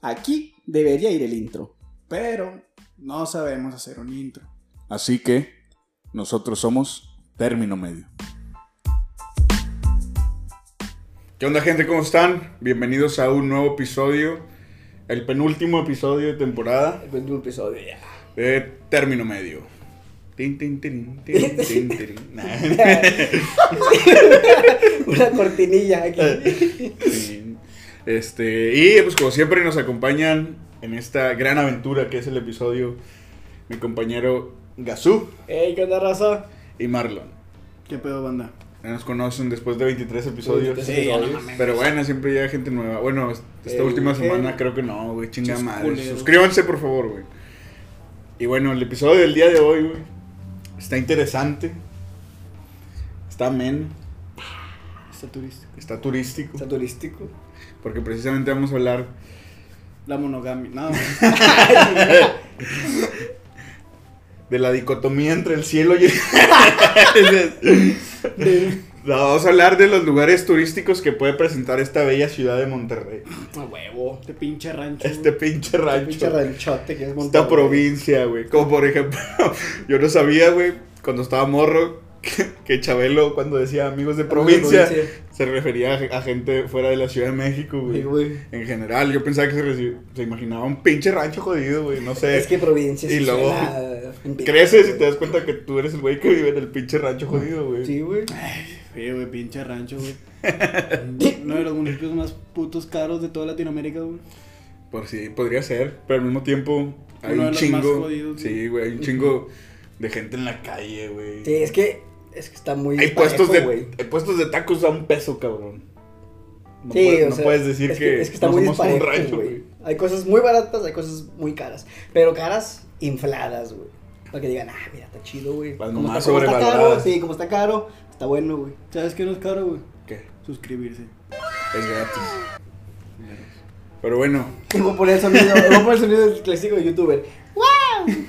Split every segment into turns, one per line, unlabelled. Aquí debería ir el intro, pero no sabemos hacer un intro.
Así que nosotros somos término medio. ¿Qué onda gente? ¿Cómo están? Bienvenidos a un nuevo episodio, el penúltimo episodio de temporada
El penúltimo episodio ya.
de término medio. Tin, tin, tin, tin, tin, tin. Nah.
Una cortinilla aquí.
Sí. Este, y pues como siempre nos acompañan en esta gran aventura que es el episodio mi compañero Gazú
Ey, ¿qué onda, raza?
y Marlon.
¿Qué pedo, banda?
Ya nos conocen después de 23 episodios.
23 Sí, episodios. no mames.
Pero bueno, siempre llega gente nueva. Bueno, esta
Eh,
última
eh.
semana creo que no, güey, chinga
Chis
madre.
culeros.
Suscríbanse, por favor, güey. Y bueno, el episodio del día de hoy, güey, está interesante. Está ameno,
Está turístico.
está turístico.
Está turístico.
Porque precisamente vamos a hablar
La monogamia. No,
de la dicotomía entre el cielo y el... No, Vamos a hablar de los lugares turísticos que puede presentar esta bella ciudad de Monterrey.
A huevo.
este pinche rancho.
Este pinche rancho.
Pinche ranchote que es Monterrey.
esta provincia, güey. Como por ejemplo, yo no sabía, güey, cuando estaba morro, que, que Chabelo, cuando decía amigos de provincia,
provincia.
se refería a, a gente fuera de la Ciudad de México,
Sí,
güey.
güey.
En general, yo pensaba que se, reci- se imaginaba un pinche rancho jodido, güey. No sé.
Es que provincia.
Y
sí
luego
suena-
Creces y te das cuenta que tú eres el güey que vive en el pinche rancho jodido, güey.
Sí, güey.
Sí, güey, pinche rancho, güey. Uno de los municipios más putos caros de toda Latinoamérica, güey.
Por si podría ser, pero al mismo tiempo hay
Uno de
un
los
chingo.
más jodidos,
sí, güey, hay un chingo de gente en la calle, güey.
Sí, es que. Es que está muy.
hay
parejo,
puestos de
güey.
hay puestos de tacos a un peso, cabrón. No,
Sí,
puedes,
o
no
sea,
puedes decir
es
que,
es que está
no
muy
somos un
disparejo,
rancho,
güey.
güey.
Hay cosas muy baratas, hay cosas muy caras. Pero caras infladas, güey. Para que digan, ah, mira, está chido, güey.
Las
Como
mamás
está- como está caro,
sobrevaloradas.
sí, como está caro, está bueno, güey.
¿Sabes qué no es caro, güey?
¿Qué?
Suscribirse.
Es gratis. Pero bueno,
Y voy a poner el sonido, voy a poner el sonido del clásico de youtuber. ¡Wow!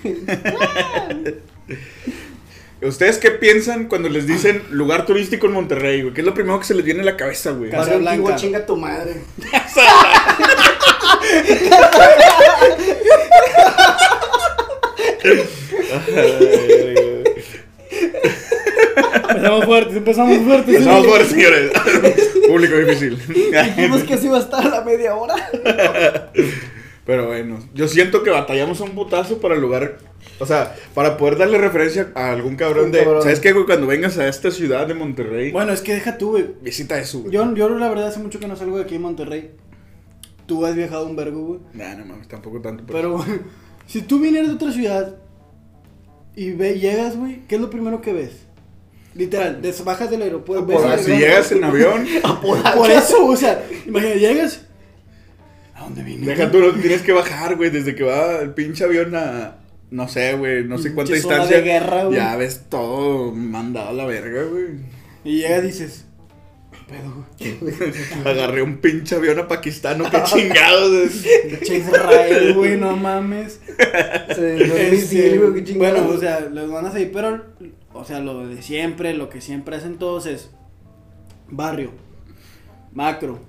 ¿ustedes qué piensan cuando les dicen lugar turístico en Monterrey, güey? ¿Qué es lo primero que se les viene a la cabeza, güey?
Casa
Barrio antiguo,
Blanca.
chinga tu madre.
Empezamos fuertes, empezamos fuertes.
Empezamos por Pues señores. Público difícil.
Dijimos que así iba a estar a la media hora.
Pero bueno, yo siento que batallamos un putazo para el lugar. O sea, para poder darle referencia a algún cabrón
Un
de.
cabrón.
¿Sabes qué, güey? Cuando vengas a esta ciudad de Monterrey,
Bueno, es que deja tú, güey.
visita eso, güey.
Yo, yo la verdad hace mucho que no salgo de aquí en Monterrey. Tú has viajado un vergo, güey.
Nah, no mames, tampoco tanto.
Pero, güey, si tú vinieras de otra ciudad y ve, llegas, güey, ¿qué es lo primero que ves? Literal, des- bajas del aeropuerto. ves
O sea,
el
si
aeropuerto.
llegas en avión,
Ah, Por eso, o sea, imagina, llegas. ¿A dónde pues, vine?
deja tú, no te tienes que bajar, güey. Desde que va el pinche avión a. No sé, güey, no sé cuánta
Pinche zona
distancia.
de guerra, güey.
ya ves todo mandado a la verga, güey.
Y llegas y dices, "¿Qué pedo, güey?
Agarré un pinche avión a Pakistán, ¿o qué chingados. es?
Pinche Israel, güey, no mames.
Se desvió el
Este,
misil, güey, qué chingada.
bueno, o sea, los van a seguir, pero, o sea, lo de siempre, lo que siempre hacen todos es barrio, macro,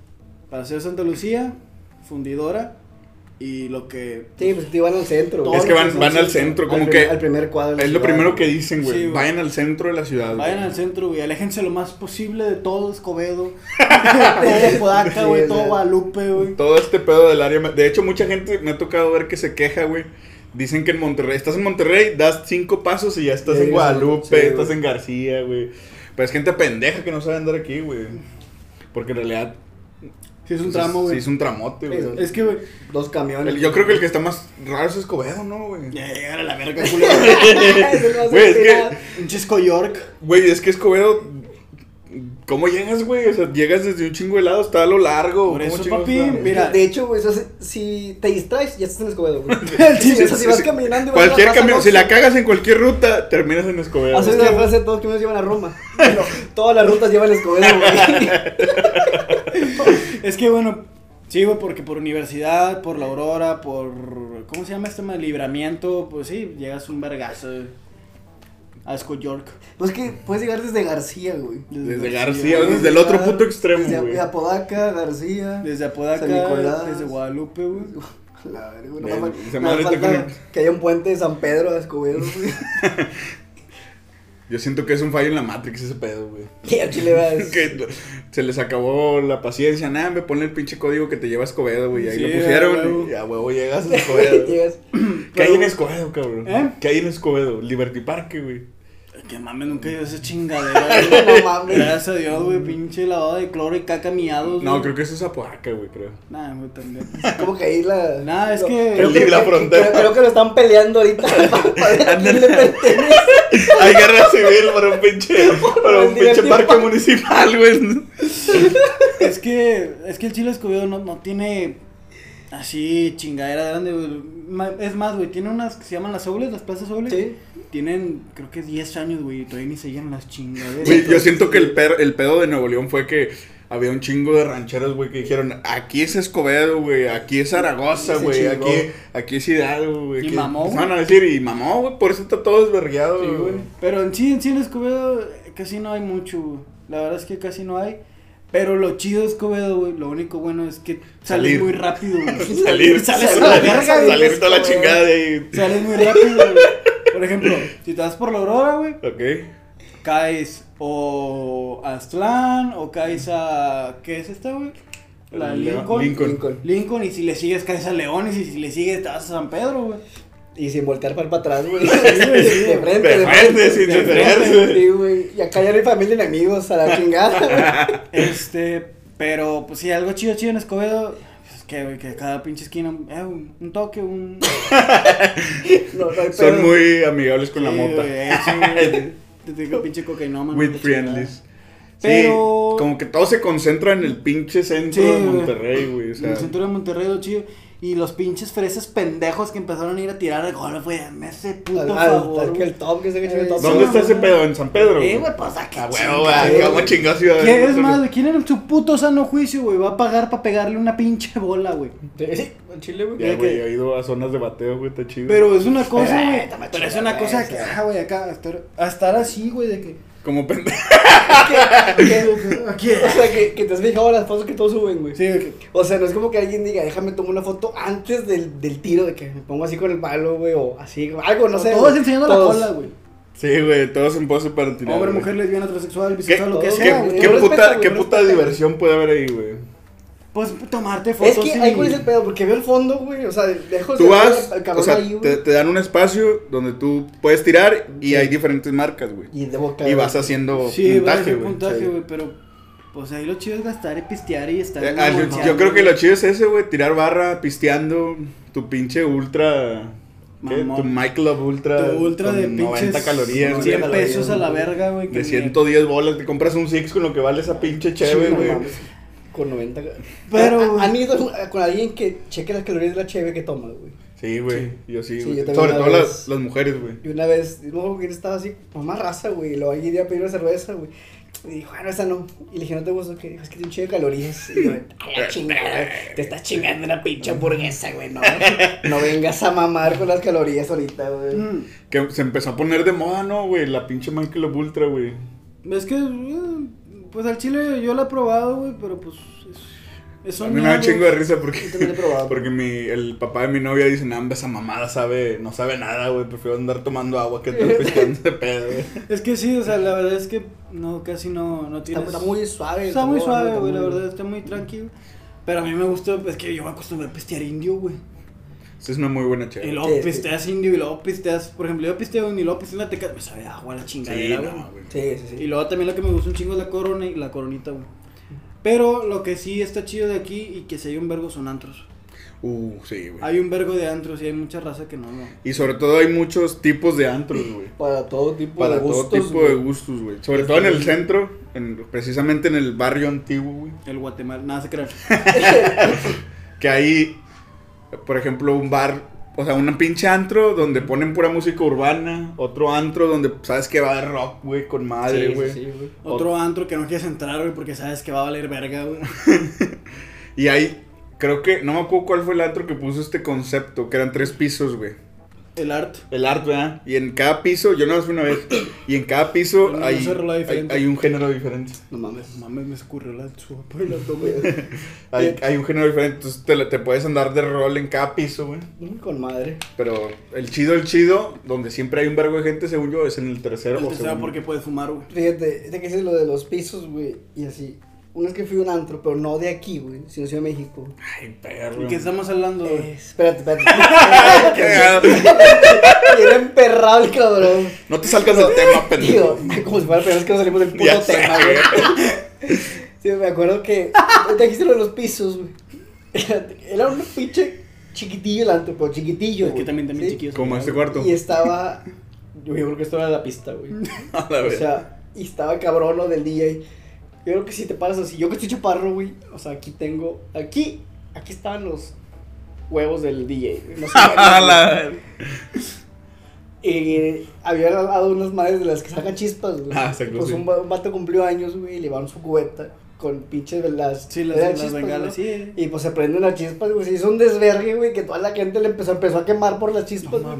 Paseo Santa Lucía, fundidora y lo que...
Sí, pues te van al centro. güey.
Es que van, van al centro, como
Al
que.
primer- Al primer cuadro. de la
Es lo
ciudad,
primero que
güey.
dicen, güey.
Sí, güey.
Vayan al centro de la ciudad.
Vayan
güey.
al centro, güey, aléjense lo más posible de todo Escobedo, todo Podaca,
Sí,
güey,
o
todo
sea.
Guadalupe, güey.
Todo este pedo del área. De hecho, mucha gente me ha tocado ver que se queja, güey. Dicen que en Monterrey, estás en Monterrey, das cinco pasos y ya estás
Ya
en
llegas a
Guadalupe,
Monterrey,
estás
güey.
en García, güey. Pero es gente pendeja que no sabe andar aquí, güey. Porque en realidad. pues,
Sí, es un tramo, güey.
Sí, es un tramote, güey.
Es que, güey,
Dos camiones.
El- Yo creo que el que está más raro es Escobedo, ¿no, güey?
ya llegar a la verga, culo.
Ese no hace
Güey, es que-
nada.
Un chisco York.
Güey, es que Escobedo. ¿Cómo llegas, güey? O sea, llegas desde un chingo de lado, está a lo largo.
Por
¿Cómo
eso,
chingados
papi,
está?
mira,
De hecho, güey, eso es- si te distraes, ya estás en Escobedo, güey.
Sí,
Sí, o sea,
sí,
si vas
sí.
caminando y vas a la
Cualquier
Plaza
camión, si la
Norte,
cagas en cualquier ruta, terminas en Escobedo.
Haces
güey.
una frase, todos los caminos llevan a Roma. Bueno, todas las rutas llevan a Escobedo, güey.
Es que bueno, sí, güey, porque por universidad, por la aurora, por. ¿Cómo se llama este tema? Libramiento, pues sí, llegas un vergazo. güey. a Scott York.
Pues que puedes llegar desde García, güey.
Desde García, desde el otro punto extremo,
Desde
güey.
Apodaca, García.
Desde Apodaca,
San Nicolás.
desde Guadalupe, güey.
La verga,
Ven,
nada más-
esa
nada más
madre te
falta
conecta.
Que haya un puente de San Pedro a Escobedo, güey.
Yo siento que es un fallo en la Matrix ese pedo, güey.
Que al chile vas.
Que se les acabó la paciencia. Nah, me ponle el pinche código que te lleva a Escobedo, güey. Ahí
Sí,
lo
a huevo.
pusieron. Y a huevo llegas a Escobedo.
Llegas.
¿Qué hay en Escobedo, cabrón?
¿Eh?
¿Qué hay en Escobedo? Liberty Park, güey.
Que mames, nunca he ido a esa chingadera, güey.
No mames.
Gracias a Dios, güey, pinche lavado de cloro y caca miados,
No, creo que eso es Apodaca, güey, creo.
Nah, güey, también.
Como que ahí la.
Nah, es
lo-
que-
creo
El- la frontera.
Creo, creo que lo están peleando ahorita. pa- pa- para ver a quién le pertenece.
Hay guerra civil para un pinche, para un
el Liberty
pinche parque
Park.
municipal, güey.
Es que, es que el chile escobedo no, no tiene así chingadera grande, güey. Ma- Es más, güey, tiene unas que se llaman las Obles, las plazas Obles.
Sí.
Tienen, creo que 10 años, güey, y todavía ni se llenan las chingaderas.
Güey, yo siento que
eh,
el, per- el pedo de Nuevo León fue que había un chingo de rancheros, güey, que dijeron, aquí es Escobedo, güey, aquí es Zaragoza,
Y se
güey,
chingó.
aquí, aquí es Hidalgo, güey.
Y
aquí-
mamó, güey.
Van a decir, y mamó, güey, por eso está todo desvergueado,
Sí,
güey.
güey. Pero en sí, en sí en Escobedo eh, casi no hay mucho, güey. La verdad es que casi no hay. Pero lo chido de Escobedo, güey, lo único bueno es que sales
Salir.
muy rápido, güey.
Salir,
Sales
salir,
a la
salir,
verga, güey.
salir toda la
Escobedo.
chingada de ahí.
Sales muy rápido, güey. Por ejemplo, si te vas por la Aurora, güey,
Ok.
caes o a Aztlán o caes a... ¿Qué es esta, güey? La
Le-
Lincoln.
Lincoln.
Lincoln, y si le sigues caes a León y si, si le sigues te vas a San Pedro, güey.
Y sin voltear para, para atrás, güey.
güey, sí.
De frente,
De frente, sin
de frente,
detenerse.
Sí, güey. Y acá ya no hay familia ni amigos a la chingada. güey.
Este, pero pues sí, algo chido, chido en Escobedo. Pues que, güey, que cada pinche esquina, eh, un, un toque, un.
No, no hay
Son
pedo.
muy amigables con la
Sí,
mota.
güey, Eh, sí, güey. Te digo pinche cocainómano.
With
la
friendlies.
Pero-
Sí, como que todo se concentra en el pinche centro
Sí,
de
güey.
Monterrey, güey. O
chingada. En
sea,
el centro de Monterrey, lo chido. Y los pinches fresas pendejos que empezaron a ir a tirar al golf, güey. Dame ese puto
Al- al-
favor. Eh,
al- que el top, que se echa el top.
¿Dónde
Sí,
está ese
güey.
pedo? ¿En San Pedro?
Eh,
güey?
güey, pues a qué
Ah,
chingada,
huevo, güey,
güey.
vamos chingada ciudad.
¿Quién es más, güey? ¿Quién en su puto sano juicio, güey? Va a pagar para pegarle una pinche bola, güey.
Sí, al chile, güey.
Ya,
Mira
güey,
que-
ha ido a zonas de bateo, güey, está chido.
Pero es una cosa,
Eh,
güey.
está más
Pero es
chida,
una
güey,
cosa
o
que,
sea.
ah, güey, acá, a estar, a estar así, güey, de que.
Como pendejo.
Aquí.
O sea, que, que te has fijado las fotos que todos suben, güey.
Sí, de que.
O sea, no es como que alguien diga, déjame tomar una foto antes del, del tiro, de que me pongo así con el palo, güey, o así, algo, no sé.
todos
güey.
enseñando
Todos.
la cola, güey.
Sí, güey, todos en pose para tirar.
Hombre,
güey.
mujer, lesbiana, transexual,
¿Qué,
bisexual, lo que
todo,
qué-
sea, güey.
qué
Yo respeto,
puta,
güey,
qué
yo
puta
respeto.
diversión puede haber ahí, güey?
Pues tomarte fotos.
Es que
y-
ahí cuál es el pedo, porque veo el fondo, güey, o sea,
Pues
lejos
Tú
de
vas,
el
o
cabrón
sea,
ahí, güey.
te, te dan un espacio donde tú puedes tirar y
Sí.
hay diferentes marcas, güey.
Y de boca.
Y
güey.
vas haciendo
Sí, va a
puntaje,
ser
güey.
puntaje,
Sí.
güey, pero. Pues ahí lo chido es gastar y pistear y estar.
Eh,
en
ah,
la
yo-
montaña,
yo creo que
güey.
lo chido es ese, güey, tirar barra, pisteando, tu pinche ultra... ¿qué?
Mamón.
Tu Mike Love Ultra.
Tu ultra
con
de pinches.
90 calorías. güey.
100
calorías,
pesos a la
güey.
verga, güey. que
De
ni-
110 bolas, te compras un Six con lo que vale esa pinche chévere,
No
güey.
mames, Con 90.
Pero,
Pero.
güey.
Han ido con alguien que cheque las calorías de la cheve que toma, güey.
Sí, güey. Yo sí,
Sí,
güey.
yo también
Sobre
una
todo las,
vez.
las mujeres, güey.
Y una vez, no, porque él estaba así, mamá raza, güey. y Luego alguien iba a pedir una cerveza, güey. Y dijo, ah, no, esa no. Y le dije, no te gusta, que es que tiene un chingo de calorías. Y yo, a la chingada, te estás chingando una pinche hamburguesa, güey. No, no vengas a mamar con las calorías ahorita, güey.
Mm.
Que se empezó a poner de moda, ¿no, güey? La pinche Mike Love Ultra, güey.
Es que, eh, pues al chile yo lo he probado, güey, pero pues. es- Es
A
un
mí me da un chingo de risa
Yo
porque,
también lo he probado.
porque mi, el papá de mi novia dice, nah, hombre, esa mamada sabe, no sabe nada, güey. Prefiero andar tomando agua que estar pisteando ese pedo, güey.
Es que sí, o sea, la verdad es que no, casi no, no
Está,
tienes.
está muy suave. el
Está muy
sabor,
suave,
está
güey, la
muy-
verdad, está muy tranquilo. Pero a mí me gusta, es que yo me acostumbré a pistear indio, güey.
Esa es una muy buena
Y
chévere.
luego
Sí, sí.
pisteas indio y luego pisteas, por ejemplo, yo pisteo indio y luego pisteo una teca, me sabe a agua la
Sí,
chingadera, güey.
no, güey.
Sí, sí,
Y
sí.
luego también lo que me gusta un chingo es la corona y la coronita, güey. Pero lo que sí está chido de aquí y que si hay un vergo son antros.
Uh, sí, güey.
Hay un vergo de antros y hay mucha raza que no, no.
Y sobre todo hay muchos tipos de antros, güey.
Para todo tipo
Para
de gustos.
todo tipo de
güey.
gustos, güey. Sobre todo en el centro, en- precisamente en el barrio antiguo, güey.
El Guatemala, nada se crea.
Que hay, por ejemplo, un bar, o sea, un pinche antro donde ponen pura música urbana. Otro antro donde sabes que va a haber rock, güey, con
Sí,
madre,
sí,
güey.
sí, güey.
Otro antro que no quieres entrar, güey, porque sabes que va a valer verga, güey.
Y hay, creo que, no me acuerdo cuál fue el antro que puso este concepto, que eran tres pisos, güey.
El art.
El arte, ¿verdad? Y en cada piso, yo no lo fui una vez, y en cada piso
No, no,
hay,
esa rola
hay,
diferente.
hay un género diferente.
No mames.
Mames, me escurrió la chupa por el abdomen.
Hay, hay un género diferente, entonces te, la- te puedes andar de rol en cada piso, güey.
Mm, Con madre.
Pero el chido, el chido, donde siempre hay un vergo de gente, según yo, es en el tercero
El
o
tercero
segundo.
Este, porque puedes fumar, güey.
Fíjate, este que dices lo de los pisos, güey. Y así. Una vez que fui a un antro, pero no de aquí, güey, sino Ciudad de México.
Ay, perro.
¿Y qué estamos hablando,
Eh,
güey?
espérate, espérate.
Cagado.
Y Era emperrado el cabrón.
No te salgas del tema,
Digo,
pendejo.
como si fuera la primera vez que nos salimos del puto
Ya sé,
tema, güey. Sí, me acuerdo que te dijiste lo de los pisos, güey. Era un pinche chiquitillo el antro, pero chiquitillo.
Aquí
güey,
también también
¿sí?
chiquillos.
Como este cuarto.
Y estaba. Güey, Yo creo que esto era la pista, güey.
A la
O
vez.
sea, y estaba el cabrón lo del DJ. Yo creo que si te paras así, yo que estoy chaparro, güey. O sea, aquí tengo. Aquí, aquí estaban los huevos del DJ. güey, más o menos,
A
güey.
la vez.
Y había al lado unas madres de las que sacan chispas, güey.
Ah, exacto,
Pues
sí.
un, va- un vato cumplió años, güey, y le llevaron su cubeta con pinches de las,
Sí, las,
eran
las
chispas,
bengalas,
¿no?
sí. eh.
Y pues se prenden las chispas, güey. Se hizo un desvergue, güey, que toda la gente le empezó, empezó a quemar por las chispas. güey.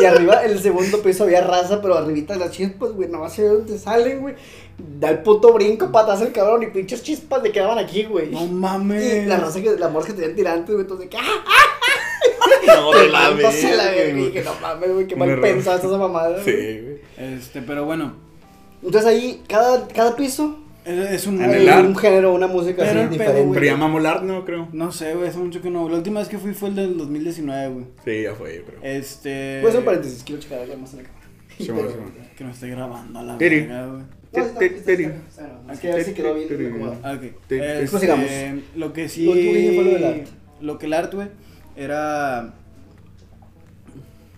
y arriba, en el segundo piso había raza, pero arribita de las chispas, güey. No sé de dónde salen, güey. Da el puto brinco, patas el cabrón y pinches chispas le quedaban aquí, güey.
No
y
mames.
la raza que, la morra que tenían tirantes, güey, entonces, que, ¡ah!
No te la
No sé la
verga,
verga, y que no mames, güey, qué
Una
mal
raza.
pensada está esa mamada, güey.
Sí, güey.
Este, pero bueno,
Entonces ahí, cada, cada piso,
es, es un...
En
hay
el arte.
un género, una música
Pero
así
el pedo,
diferente.
Pero ya mamó el art, ¿no? Creo.
No sé, güey, hace mucho que no. La última vez que fui fue el del 2019, güey.
Sí, ya fue, yo creo.
Este...
Pues un paréntesis, quiero checar algo más en la cámara.
Simón, Simón.
Que no estoy grabando a la
Tiri.
verga, güey.
No, está- está- está- está- está- está- Es que a ver si quedó bien acomodado.
Ah, Ok.
Sí,
Este,
pues sigamos.
Lo que
Lo que dije
sí.
fue lo del arte.
Lo que el arte, güey, era.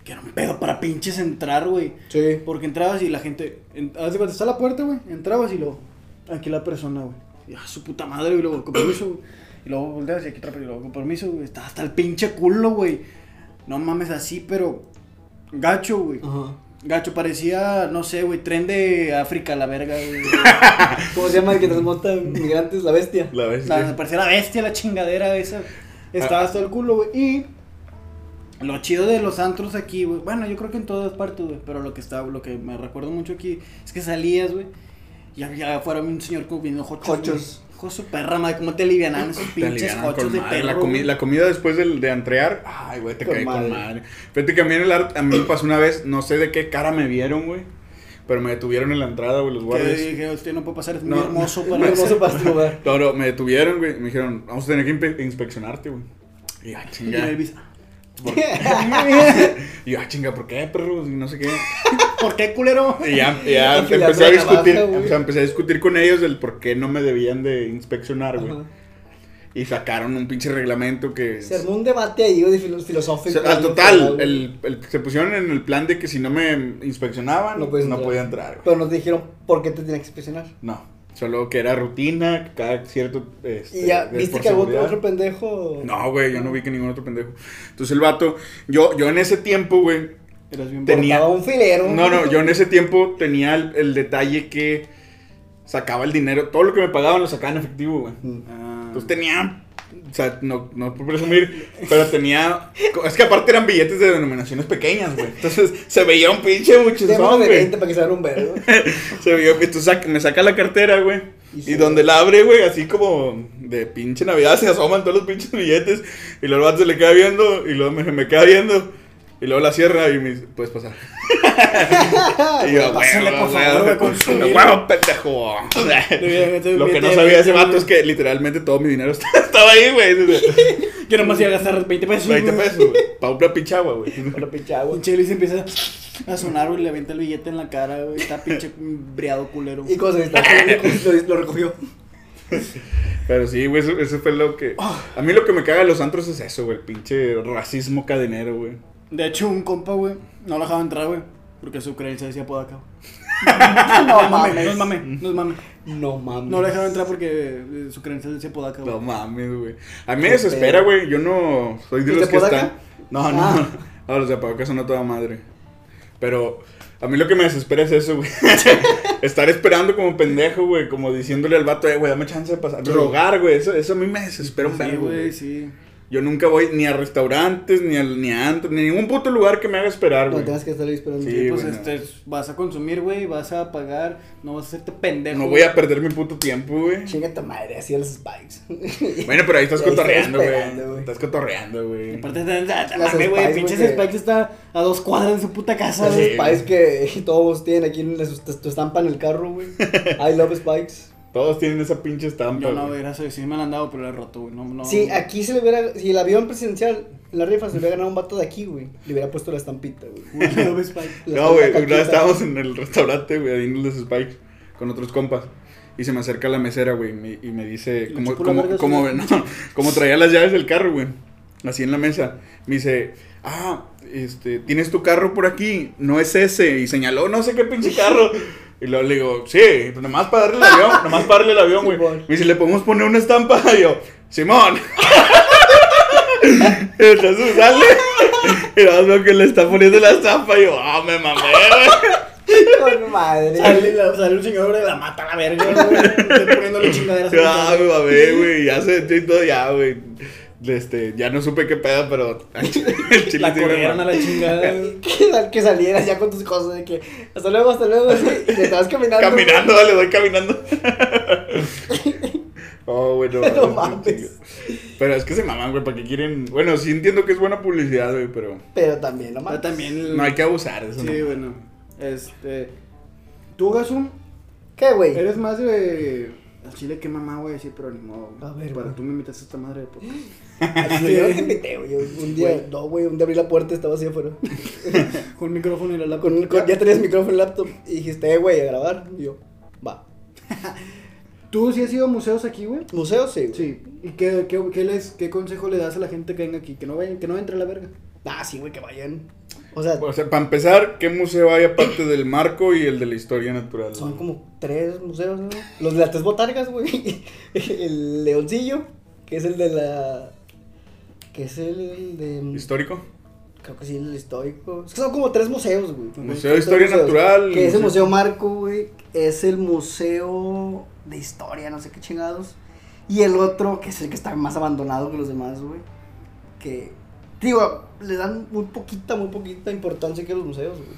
Que era un pedo para pinches entrar, güey.
Sí.
Porque entrabas y la gente. en- Haz de cuenta, está la puerta, güey. Entrabas y luego. Aquí la persona, güey. Y, ah, su puta madre, y luego, con permiso, güey. Y luego volteas y aquí otra persona, y luego, con permiso, güey. Está hasta el pinche culo, güey. No mames así, pero. Gacho, güey.
Ajá.
Gacho, parecía, no sé, güey, tren de África, la verga, güey.
¿Cómo se llama el que transmota migrantes? La bestia.
La vez.
La- parecía la bestia, la chingadera esa. Estaba
Ah.
hasta el culo, güey. Y lo chido de los antros aquí, güey. Bueno, yo creo que en todas partes, güey. Pero lo que estaba, lo que me recuerdo mucho aquí es que salías, güey. Y había afuera un señor como viendo hochos. güey.
Hochos.
Hijo de su perra, madre. ¿Cómo te alivianaban esos
Te
pinches
alivianan
hochos
con
de
madre.
perro?
La, comi-
güey?
la comida después del- de, entrear, ay, güey, te
Con
caí
madre.
con madre. Fíjate que a mí, en el art, a mí me pasó una vez, no sé de qué cara me vieron, güey, pero me detuvieron en la entrada, güey, los
Que
guardias.
dije, usted no puede pasar, es muy
No.
hermoso
Es
para
muy hermoso para este lugar.
No, no, me detuvieron, güey, me dijeron, vamos a tener que inspe- inspeccionarte, güey. Y yo, ah,
Y
chinga.
Elvis,
¿por- Y yo, ah, chinga, ¿por qué, perros? Y no sé qué.
¿Por qué, culero?
Y ya, y ya
Afilando
empecé a
la navaja,
discutir,
güey.
o sea, empecé a discutir con ellos del por qué no me debían de inspeccionar, güey.
Ajá.
Y sacaron un pinche reglamento que...
Se armó un debate ahí güey, de filo-
O
filosófico.
sea, al
ahí,
total,
güey.
el, el- se pusieron en el plan de que si no me inspeccionaban,
No
no,
puedes entrar.
podía entrar. güey.
Pero nos dijeron por qué te tienes que presionar.
No, solo que era rutina, que cada cierto... este,
Y ya,
de-
¿viste
por
que algún
seguridad.
otro pendejo?
No, güey, yo no vi que ningún otro pendejo. Entonces el vato, yo, yo en ese tiempo, güey...
Eras bien
Tenía-
Portaba un filero.
No, no, yo en ese tiempo tenía el, el detalle que sacaba el dinero, todo lo que me pagaban lo sacaba en efectivo, güey.
Mm.
Ah.
Entonces tenía, o sea, no, no por presumir, pero tenía, es que aparte eran billetes de denominaciones pequeñas, güey. Entonces se veía un pinche
Démosle
muchizón,
de
güey.
20 para que se vean un verbo.
Se veía que tú sac- me saca la cartera, güey.
Y
Y,
se-
donde la abre, güey, así como de pinche Navidad, se asoman todos los pinches billetes. Y luego el vato se le queda viendo, y luego me, me queda viendo. Y luego la cierra y me dice, puedes pasar.
Ah,
y yo,
Pásale,
"Huevo,
por favor,
güey,
güey, con su
huevo,
dinero".
pendejo. Lo
Lo
que no sabía ese vato es que literalmente todo mi dinero estaba ahí, güey.
Yo nomás iba a gastar 20 pesos.
20
güey.
pesos, güey. Para una pinche agua, güey.
Hola, pinche agua.
Pinche Luis empieza a sonar, güey, le avienta el billete en la cara, güey. Está pinche briado culero.
Y cuando se distrajo, lo, lo recogió.
Pero sí, güey, eso, eso fue lo que. A mí lo que me caga de los antros es eso, güey. El pinche racismo cadenero, güey.
De hecho, un compa, güey, no lo dejaba entrar, güey. Porque su creencia decía podaca. güey.
No
No
mames.
es mame, no es mame.
No mames.
No lo dejaba entrar porque eh, su creencia decía podaca, güey.
No mames, güey. A mí me
Qué
desespera,
pedo.
güey. Yo no soy de
¿Los
los
de
que
Podaca?
están. No, no.
Ah.
No, los de Apagoca son a toda madre. Pero a mí lo que me desespera es eso, güey. Estar esperando como pendejo, güey. Como diciéndole al vato, eh, güey, dame chance de pasar. Rogar, güey. Eso, eso a mí me desespera un
Sí,
vergo,
güey,
güey.
sí.
Yo nunca voy ni a restaurantes, ni, al, ni a antros, ni a ningún puto lugar que me haga esperar,
No
güey.
tengas que estar ahí esperando.
Sí,
Sí, pues
bueno.
este, vas a consumir, güey, vas a pagar, no vas a hacerte pendejo.
No voy a perder mi puto tiempo, güey.
Chinga tu madre, así a los spikes.
Bueno, pero ahí estás
Ahí estás
cotorreando,
esperando,
güey.
güey.
Estás cotorreando, güey.
Aparte, te- te- te-
Las
mame, güey,
Spice,
pinches
güey, que-
Spikes está a dos cuadras de su puta casa,
Esos
Sí.
güey.
spikes que todos tienen aquí en la- su- tu estampa en el carro, güey. I love spikes.
Todos tienen esa pinche estampa.
Yo no,
güey.
güey, gracias, sí me la han dado, pero la he roto, güey. No, no,
Si aquí se le hubiera, si el avión presidencial en la rifa se le hubiera ganado un vato de aquí, güey, le hubiera puesto la estampita, güey.
Güey, I love Spikes.
La
No, güey,
estampa
una vez
caquita.
estábamos en el restaurante, güey, ahí en los Spikes, con otros compas. Y se me acerca la mesera, güey, y me- y me dice,
Le
como,
chupó la verga
como,
a su
como,
vieja.
no, como traía las llaves del carro, güey, así en la mesa. Me dice, ah, este, tienes tu carro por aquí, no es ese. Y señaló, no sé qué pinche carro. Y luego le digo, sí, pues nomás para darle el avión, nomás para darle el avión, güey.
Simón.
Me dice, ¿le podemos poner una estampa? Y yo, Simón. Entonces sale y nada más veo que le está poniendo la estampa y yo, ah, me mamé, güey.
Con madre.
Sale, la, sale un señor de la mata a la verga, güey. Estoy poniéndole chingaderas. a mi
Ah,
casa.
me mamé, güey. Ya se y todo, ya, güey. Este, ya no supe qué pedo, pero al chile- el chile
La
sí me
corrieron a
mamé.
la chingada, güey.
Que, sal- que salieras ya con tus cosas de que hasta luego, hasta luego, así, y te estabas caminando.
Caminando, le doy caminando. Oh, bueno.
No mames.
Pero es que se maman, güey, para qué quieren. Bueno, sí entiendo que es buena publicidad, güey, pero
Pero también, no
Pero
mames.
también. el-
no hay que abusar de eso.
Sí,
¿no?
bueno. Este. Tú, Gasum,
¿Qué, güey?
eres más de. Al chile, qué mamá, güey, sí, pero ni modo. güey.
A ver,
Para
güey.
tú me invitas a esta madre pues. de podcast.
Yo no te invité, güey. Un día,
Güey.
no, güey, un día abrí la puerta y estaba así afuera.
Con micrófono y la laptop.
Con, con- ya tenías micrófono en laptop y dijiste, eh, güey, a grabar. Y yo, va.
¿Tú sí has ido a museos aquí, güey?
Museo, sí, güey.
Sí. ¿Y qué, qué, qué les, qué consejo le das a la gente que venga aquí? Que no, vayan, que no entre a la verga.
Ah, sí, güey, que vayan. O sea,
O sea, para empezar, ¿qué museo hay aparte del marco y el de la historia natural?
son como tres museos, ¿no? Los de las tres botargas, güey. El leoncillo, que es el de la... Que es el de...
¿Histórico?
Creo que sí, el histórico. Es que son como tres museos, güey.
Museo de Historia
Tres museos.
Natural,
Que es el Museo
Museo-
Marco, güey. Es el Museo de Historia, no sé qué chingados. Y el otro, que es el que está más abandonado que los demás, güey. Que, digo, le dan muy poquita, muy poquita importancia que a los museos, güey.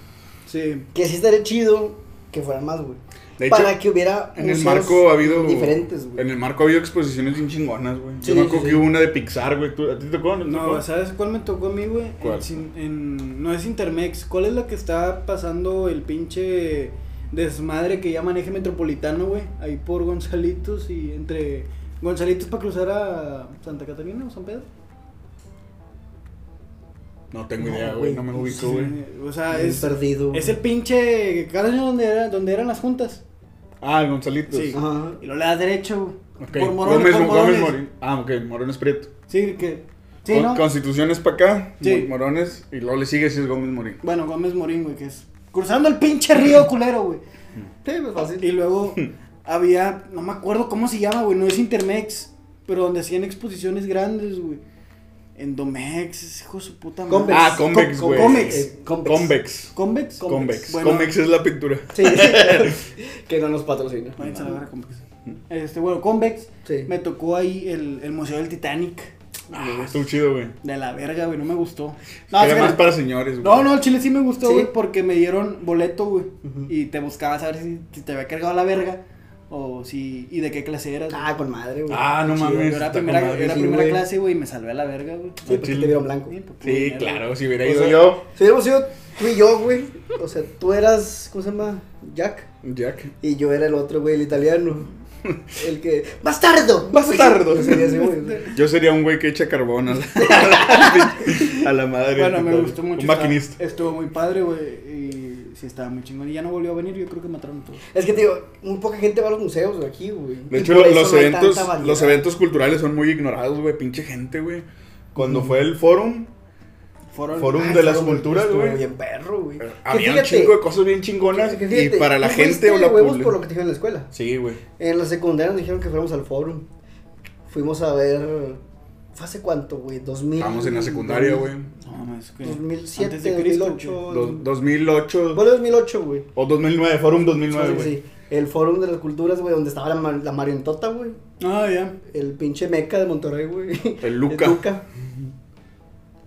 Sí.
Que sí estaría chido que fueran más, güey.
De
Para
hecho,
que hubiera
en el
museos
marco ha habido.
diferentes, güey.
En el marco ha habido exposiciones bien chingonas, güey.
Sí,
Yo me
sí,
acuerdo
sí.
que hubo una de Pixar, güey. ¿Tú- ¿A ti te tocó? te
No,
tocó?
¿sabes cuál me tocó a mí, güey? En
¿Cuál?
Sin- en- no es Intermex. ¿Cuál es la que está pasando el pinche desmadre que llaman eje metropolitano, güey? Ahí por Gonzalitos y entre. Gonzalitos para cruzar a Santa Catarina o San Pedro.
No tengo
No,
idea, güey.
güey,
No me
no
ubico,
Sí,
güey.
O sea,
Bien
Ah, es,
perdido.
es el pinche calle donde, era, donde eran las juntas.
Ah, el Gonzalitos.
Sí.
Ajá.
Y lo le das derecho, güey.
Ok.
Por morones,
Gómez,
por
Gómez
morones.
Morín. Ah, ok. Morones Prieto.
Sí, que. Sí,
Con-
¿no?
Constituciones para acá.
Sí.
Mo- Morones. Y luego le sigue si es Gómez Morín.
Bueno, Gómez Morín, güey, que es. Cruzando el pinche río culero, güey.
Sí, pues fácil.
Y luego había, no me acuerdo cómo se llama, güey, no es Intermex, pero donde hacían exposiciones grandes, güey. En Domex, hijo de su puta madre.
Convex.
Ah, Convex,
Con-
güey.
Convex.
Eh,
Convex.
¿Convex?
Convex.
Bueno,
Convex es la pintura.
Sí. que no nos patrocina.
váyanse a la verga, Convex.
Mm.
Este, bueno, Convex.
Sí.
Me tocó ahí el, el Museo del Titanic.
Ah, estuvo chido, güey.
De la verga, güey, no me gustó. No,
Era
es que-
más para señores, güey.
no, no, el chile sí me gustó,
Sí.
güey, porque me dieron boleto, güey.
Ujú.
Y te buscabas a ver si, si te había cargado la verga o si. y de qué clase eras. güey.
Ah, con madre, güey.
Ah, no
Chido.
mames.
Yo era
está con
primera,
madre,
era
sí,
primera
güey.
clase, güey, y me salvé a la verga, güey.
Sí, porque te vieron blanco.
Sí, pues,
Sí,
mierda.
claro. Si hubiera
O
ido
sea,
yo.
Si hubiéramos sido tú y yo, güey. O sea, tú eras, ¿cómo se llama? Jack.
Jack.
Y yo era el otro, güey, el italiano. El que. ¡Bastardo!
Bastardo.
Ese día sí, güey.
Yo sería un güey que echa carbón a la, a la- a la madre.
Bueno, me gustó mucho.
Un
estaba-
maquinista.
estuvo muy padre, güey, y sí estaba muy chingón. Y ya no volvió a venir, yo creo que mataron a todos.
Es que, te digo, muy poca gente va a los museos güey, aquí, güey.
De
Y
hecho,
por eso
los,
no hay
eventos,
tanta variedad.
los eventos culturales son muy ignorados, güey. Pinche gente, güey. Cuando fue el forum,
Forum.
Forum.
Ah,
de las
estuvo-
culturas,
estuvo
güey.
Bien perro, güey.
eh,
Que
había un
fíjate,
chingo de cosas bien chingonas.
que- que fíjate,
y para la
tú
gente
fuiste
o la
huevos
publi-
por lo que te dijeron en la escuela.
Sí, güey.
En la secundaria nos dijeron que fuéramos al forum. Fuimos a ver. ¿Fue hace cuánto, güey? 2000.
Estábamos en la secundaria, güey.
No, mames, que-
2007,
antes de Cristo,
2008.
Dos- 2008
Fue el 2008, güey.
o 2009, Forum 2009,
Sí,
güey.
sí. el Fórum de las Culturas, güey, donde estaba la, mar- la marionetota, güey.
Ah, ya.
El pinche meca de Monterrey, güey.
El Luca.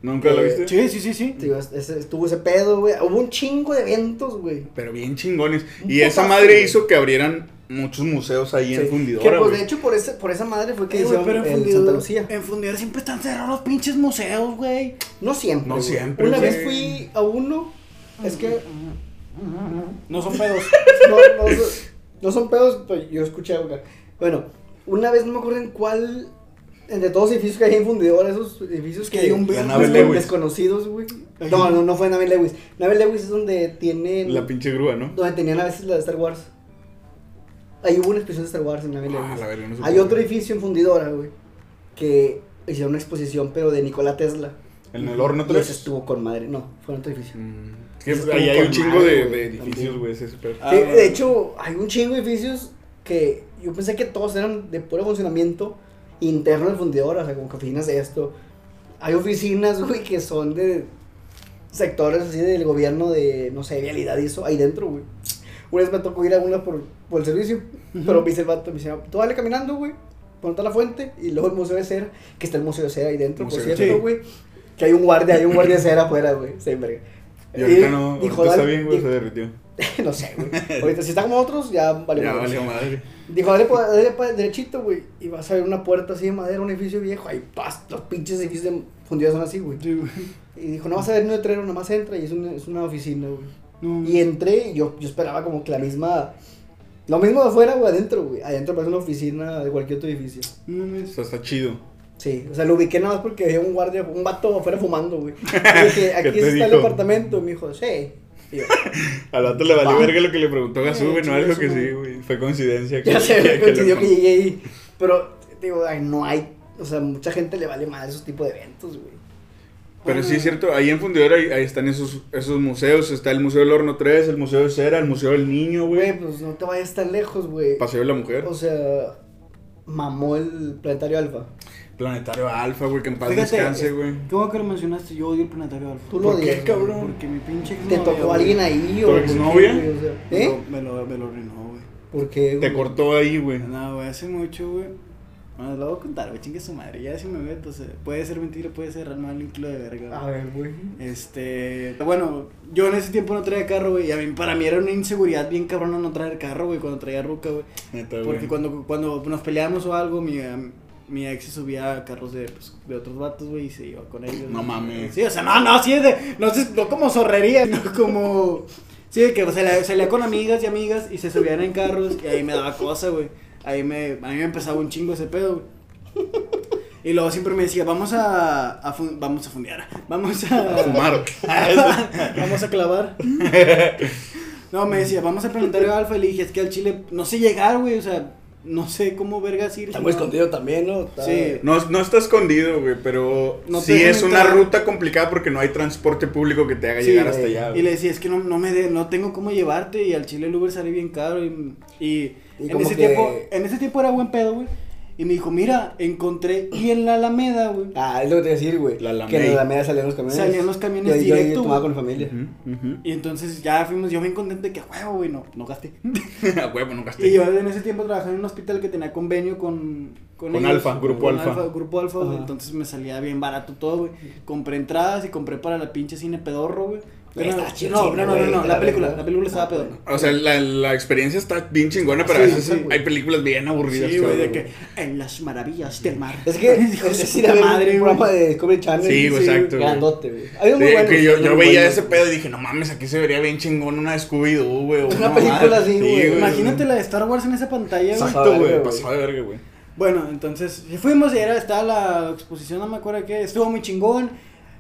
¿Nunca lo
Eh,
viste?
Sí, sí, sí, sí.
Digo, es- ese- estuvo ese pedo, güey. Hubo un chingo de eventos, güey.
Eh,
Pero bien chingones.
Un
Y esa
putazo,
madre
güey.
hizo que abrieran muchos museos ahí
Sí.
en
Que
Fundidora,
pues de
güey.
hecho por, ese, por esa madre fue que
Eh, güey,
hicieron
pero en
el
Fundidora-
Santa Lucía.
En Fundidora siempre están cerrados los pinches museos, güey.
No siempre.
No
güey.
siempre,
Una
güey.
vez fui a uno. Es que
No son pedos.
no, no, son- no son pedos, pero yo escuché algo acá. Bueno, una vez no me acuerdo en cuál. Entre todos los edificios que hay en Fundidora, esos edificios
Es que
que
hay un
La
verbo.
nave
descon-
Lewis.
desconocidos, güey.
Hay
No,
un-
no, no fue Nave Lewis. Nave Lewis es donde tienen.
La pinche grúa, ¿no?
donde tenían a veces la de Star Wars. Ahí hubo una exposición de Star Wars en Nave Lewis.
Ah, la verga, no se
Hay
puede.
otro edificio en Fundidora, güey. Que hicieron una exposición, pero de Nikola Tesla.
En el
Y
horno
ese
3.
estuvo con madre. No, fue en otro edificio.
Que
Eso
ahí
estuvo
hay un
con
chingo
madre,
de,
güey,
de edificios,
también.
güey, ese es súper.
Ah,
Sí,
bueno.
de hecho, hay un chingo de edificios que yo pensé que todos eran de puro funcionamiento interno del fundidor, o sea, como que oficinas de esto. Hay oficinas, güey, que son de sectores así del gobierno de, no sé, vialidad y eso, ahí dentro, güey. Una vez me tocó ir a una por, por el servicio, pero me dice el vato, me dice, tú dale caminando, güey, ponte a la fuente, y luego el museo de cera, que está el museo de cera ahí dentro,
Museo de
por
cera.
cierto, güey. Que hay un guardia, hay un guardia de cera afuera, güey, se verga.
Y ahorita no,
dijo,
ahorita está
"Dale",
bien, güey,
dijo-
se derritió.
no sé, güey. Ahorita, si está como otros, ya vale.
Ya
madre.
valió madre.
Dijo, dale, pa- dale pa- derechito, güey. Y vas a ver una puerta así de madera, un edificio viejo. Hay pastos, pinches edificios de- fundidos son así, güey.
Sí, güey.
Y dijo, no vas a ver un letrero, nada más entra. Y es una, es una oficina, güey.
No.
Y entré y yo, yo esperaba como que la misma. Lo mismo de afuera, güey, adentro, güey. Adentro parece una oficina de cualquier otro edificio.
No
O
mames.
sea, está chido.
Sí, o sea, lo ubiqué nada más porque había un guardia, un vato afuera fumando, güey. Y dije, aquí
te
está el
dijo?
departamento. Y me dijo, sí. Y yo,
Al vato le valió
Va.
verga lo que le preguntó Gasú, güey, no
chinga
algo
su
que
madre.
sí, güey. Fue coincidencia.
Ya
que-
se me
que- que
coincidió
lo-
que llegué ahí. Pero, digo, ay, no hay. O sea, mucha gente le vale más esos tipos de eventos, güey.
Pero sí es cierto, ahí en Fundidora ahí, ahí están esos, esos museos. Está el Museo del Horno 3, el Museo de Cera, el Museo del Niño, güey.
Güey, pues no te vayas tan lejos, güey.
Paseo de la Mujer.
O sea, mamó el planetario alfa.
Planetario Alfa, güey, que en paz
Fíjate,
descanse, güey.
¿Cómo que lo mencionaste? Yo odio el planetario Alfa.
Tú lo
¿Por qué,
odias. güey.
cabrón?
Porque mi pinche
¿Te
exnovia,
tocó
güey,
alguien ahí
¿Tu
o por qué,
exnovia?
güey? O sea,
me lo-
¿Eh?
Me lo, me lo arruinó, güey.
¿Por qué,
Te
güey?
cortó ahí, güey.
No, güey, hace mucho, güey. Bueno, lo voy a contar, güey, chingue su madre. Ya si me meto, se- puede ser mentira, puede ser real, mal, un kilo de verga. güey.
A ver, güey.
Este, bueno, yo en ese tiempo no traía carro, güey, y a mí, para mí era una inseguridad bien cabrona no traer carro, güey, cuando traía ruca, güey.
Neta, güey.
Porque cuando, cuando nos peleábamos o algo, mi, am- mi ex se subía a carros de, pues, de otros vatos, güey, y se iba con ellos.
No mames.
Sí, o sea, no, no, sí es de, no, sé, no como zorrería, no como, sí, de que salía, salía con amigas y amigas y se subían en carros y ahí me daba cosa, güey. Ahí me, a mí me empezaba un chingo ese pedo, güey. Y luego siempre me decía, vamos a, a fun- vamos a fundear, vamos a...
A fumar.
Vamos a clavar. No, me decía, vamos al planetario alfa. Y le dije, es que al Chile no sé llegar, güey. O sea, no sé cómo vergas ir.
Está muy escondido también, ¿no? Está-
Sí.
No, no está escondido, güey, pero
No te
sí
dejan
es una
entrar.
ruta complicada porque no hay transporte público que te haga
Sí,
llegar
güey.
hasta allá.
Y
güey.
le decía, es que no, no me de- no tengo cómo llevarte. Y al Chile el Uber sale bien caro. Y, y
Y
en,
como
ese
que-
tiempo, en ese tiempo era buen pedo, güey. Y me dijo, mira, encontré. Y en la Alameda, güey.
Ah, es lo que te iba a decir, güey.
La Alameda.
que en la Alameda salían los camiones.
Salían los camiones
Yo- yo- Yo,
directo,
tomaba
güey.
con mi familia.
Ujú, ujú.
Y entonces ya fuimos, yo bien contento de que, "A huevo, güey, no, no gasté.
A huevo, nunca
Y
estoy.
yo en ese tiempo trabajaba en un hospital que tenía convenio con...
Con Alfa, Grupo Alfa.
grupo Alfa, güey,
Ajá.
entonces me salía bien barato todo, güey. Compré entradas y compré para la pinche cine pedorro, güey.
Güey,
Pero
está chido
No,
el
no,
cine,
no, no,
güey,
no,
te
la
la
película,
veo.
la película estaba
Ah,
pedorro.
O sea, la, la experiencia está bien chingona, pero
Sí,
a veces
sí, güey.
hay películas bien aburridas.
Sí, güey, de
cabrón.
que en las maravillas del mar.
Es que
Hijo de
es
su
ir a ver
madre,
un
güey.
programa de Discovery Channel.
Sí, güey, exacto, güey.
Grandote, güey. Hay unos
Sí,
muy buenos,
que yo,
hay
yo
unos muy
veía
buenos.
ese pedo y dije, no mames, aquí se vería bien chingón una de Scooby-Doo, güey. o
Una película
mamada.
así, güey.
Imagínate la de Star Wars en esa pantalla, güey.
Pasado
Exacto,
de
güey.
verga,
Pasado de verga, güey.
Bueno, entonces sí fuimos y era, estaba la exposición, no me acuerdo qué, estuvo muy chingón.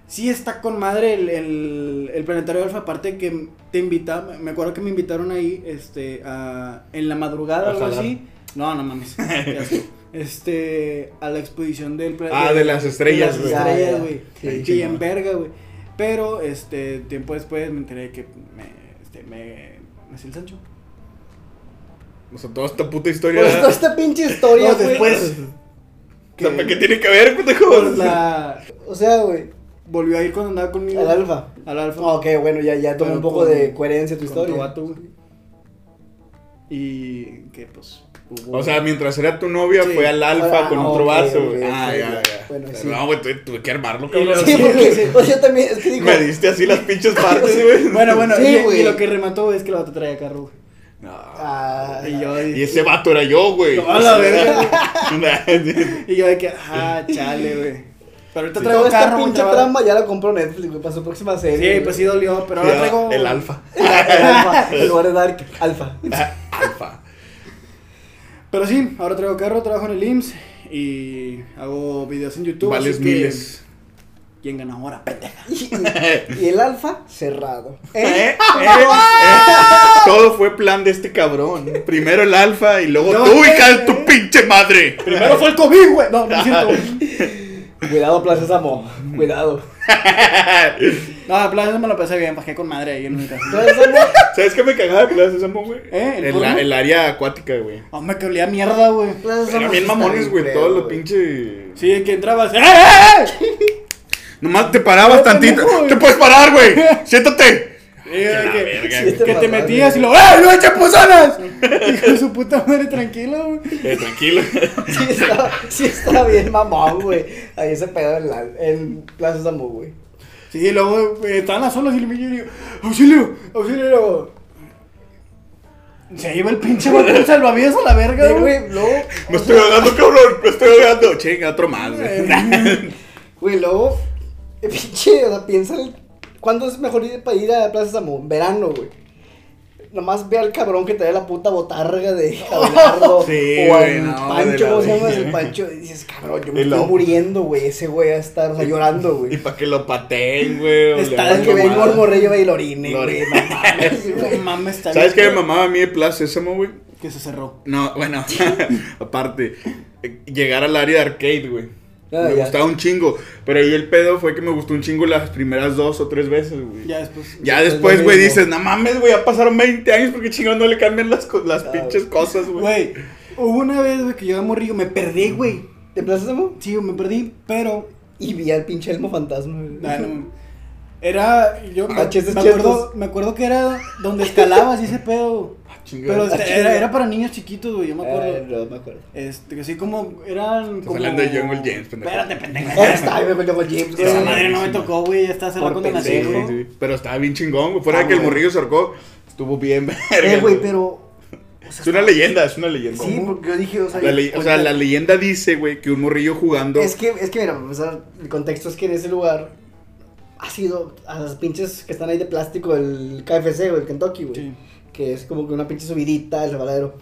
Sí está con madre el, el, el planetario alfa, aparte que te invita, me acuerdo que me invitaron ahí, este, a, en la madrugada o
A
algo
jalar.
así. No, no mames. qué asco. este, a la exposición del pla-
Ah, de las estrellas,
de
güey.
las
Ya,
estrellas,
ya.
güey.
Sí,
y en
chingón.
verga, güey. Pero, este, tiempo después me enteré que me, este, me, me hacía el Sancho.
O sea, toda esta puta historia.
Pues toda esta pinche historia,
No,
güey.
después.
O sea, ¿para ¿Qué tiene que ver,
Pues,
pendejo?
la,
O sea, güey,
volvió a ir cuando andaba conmigo.
al alfa. Ah,
Al alfa.
Ok, bueno, ya, ya tomé
Pero
un poco
con-
de coherencia tu
con
historia.
tu vato, güey. Y que pues hubo-
O sea, mientras era tu novia,
Sí.
fue al alfa
Ah,
con otro
ok,
vaso,
ok,
güey.
ok,
ah,
ok.
ya, ya.
Bueno,
Pero
sí.
No, güey, tuve, tuve que armarlo,
Y
cabrón.
lo-
Sí, porque sí. O sea, también, es que digo.
Me diste así las pinches partes, güey.
Bueno, bueno,
Sí,
y- y,
güey.
lo que remató es que la vato traía carro, güey.
No.
Ah,
Y yo,
Y ese vato era yo, güey.
No, a la verga.
Nah,
y yo de que, ah, chale, güey. Pero ahorita
Toda
traigo
esta
carro,
pinche
mucha
trama ya la compró Netflix, güey, para su próxima
Sí,
serie. güey.
pues sí dolió, pero ahora traigo.
El alfa.
El alfa, en lugar de Dark, Alfa.
alfa.
Pero sí, ahora traigo carro, trabajo en el IMSS y hago videos en YouTube.
Vales
así que-
miles.
¿Quién gana ahora, pendeja?
Y, y el Alfa, cerrado. ¿Eh?
Eh, eh, eh. Todo fue plan de este cabrón. Primero el alfa y luego
No,
tú,
eh,
hija de
eh.
tu pinche madre.
Primero fue el COVID, güey. No, no siento. güey.
Cuidado, Plaza Samo. Cuidado.
No, plaza me lo pasé bien, bajé con madre ahí en mi casa.
Plaza Samo.
¿Sabes qué me cagaba de Plaza Sésamo, güey?
¿Eh? ¿El
El,
porno?
el área acuática, güey.
Hombre, que olía mierda, güey.
Plaza Samo.
Eran bien
está
mamones,
bien
güey.
feo,
Todo lo
güey.
pinche.
Sí, es que entrabas. ¡Eh, eh,
Nomás te parabas
No,
tantito.
pendejo, güey.
Te puedes parar, güey. Siéntate.
eh! Y era
la
que-
verga,
que,
güey.
te metías y lo. ¡Eh, no eches posadas! Hijo de su puta madre, tranquilo, güey.
Eh, tranquilo.
Sí, está, sí está bien mamón, güey. Ahí se pedo en, la- en Plaza Samo, güey.
Sí, y luego eh, estaban las olas y el niño digo, auxilio, auxilio. y luego, Se lleva el pinche botón salvavidas a la verga,
Eh,
güey.
güey, luego.
Me estoy ahogando, cabrón. Me estoy ahogando. Chinga, otro más, güey.
Güey, luego. eh, Pinche, o sea, piensa. el- ¿Cuándo es mejor ir para ir a Plaza Samo? En Verano, güey. Nomás ve al cabrón que trae la puta botarga de Abelardo.
Sí,
o
güey,
al
no, de
Pancho,
la
¿cómo se llama
verga.
el Pancho? Y dices, cabrón, yo me
Y
estoy
luego-
muriendo, güey. Ese güey va a estar, o sea, llorando,
Y
güey.
para que lo pateen, güey. o le
Está
hagan
Para que venga
mamadas.
el morrillo y lo orine,
Lo
güey.
orine.
No mames, güey.
No mames, está
¿Sabes qué
bien,
me mamaba a mí de Plaza Sésamo, güey?
Que se cerró.
No, bueno, aparte, eh, llegar al área de arcade, güey.
Ah,
me
ya.
gustaba un chingo. Pero ahí el pedo fue que me gustó un chingo las primeras dos o tres veces, güey. Ya,
Ya después.
después,
lo
güey,
mismo.
dices, no mames, güey, ya pasaron 20 años porque chingados no le cambian las, co- las
Ah,
pinches cosas, güey.
Güey, hubo una vez, güey, que yo de morrillo me perdí, güey.
¿Te Plaza Samo?
Sí, yo me perdí, pero.
Y vi al pinche Elmo Fantasma, güey.
nah, Ah, no. Era. Yo me,
Ah, chistes,
me acuerdo,
chistes.
me acuerdo que era donde escalabas y ese pedo.
Ah,
Pero
Pero,
este, era, era para niños chiquitos, güey, yo me acuerdo.
Ah, Eh, no me acuerdo.
Este, que así como eran como...
hablando de Jungle James, pendejo.
Espérate, pendejo.
Ahí está, ahí me acuerdo con James, güey.
Esa madre no me tocó, güey, ya está hace
Por
rato cuando nací,
sí,
pendejo.
güey.
sí, sí. pero estaba bien chingón, güey. Fuera
Ah,
de que el
güey.
morrillo se ahorcó, estuvo bien, verga,
Eh, güey, pero.
Es una leyenda, es una leyenda.
Sí, porque yo dije, o sea.
La ley- o sea, la leyenda dice, güey, que un morrillo jugando.
Es que, es que, mira, para empezar, el contexto es que en ese lugar ha sido a las pinches que están ahí de plástico, el KFC, güey, el Kentucky, güey.
Sí.
Que es como que una pinche subidita, el resbaladero.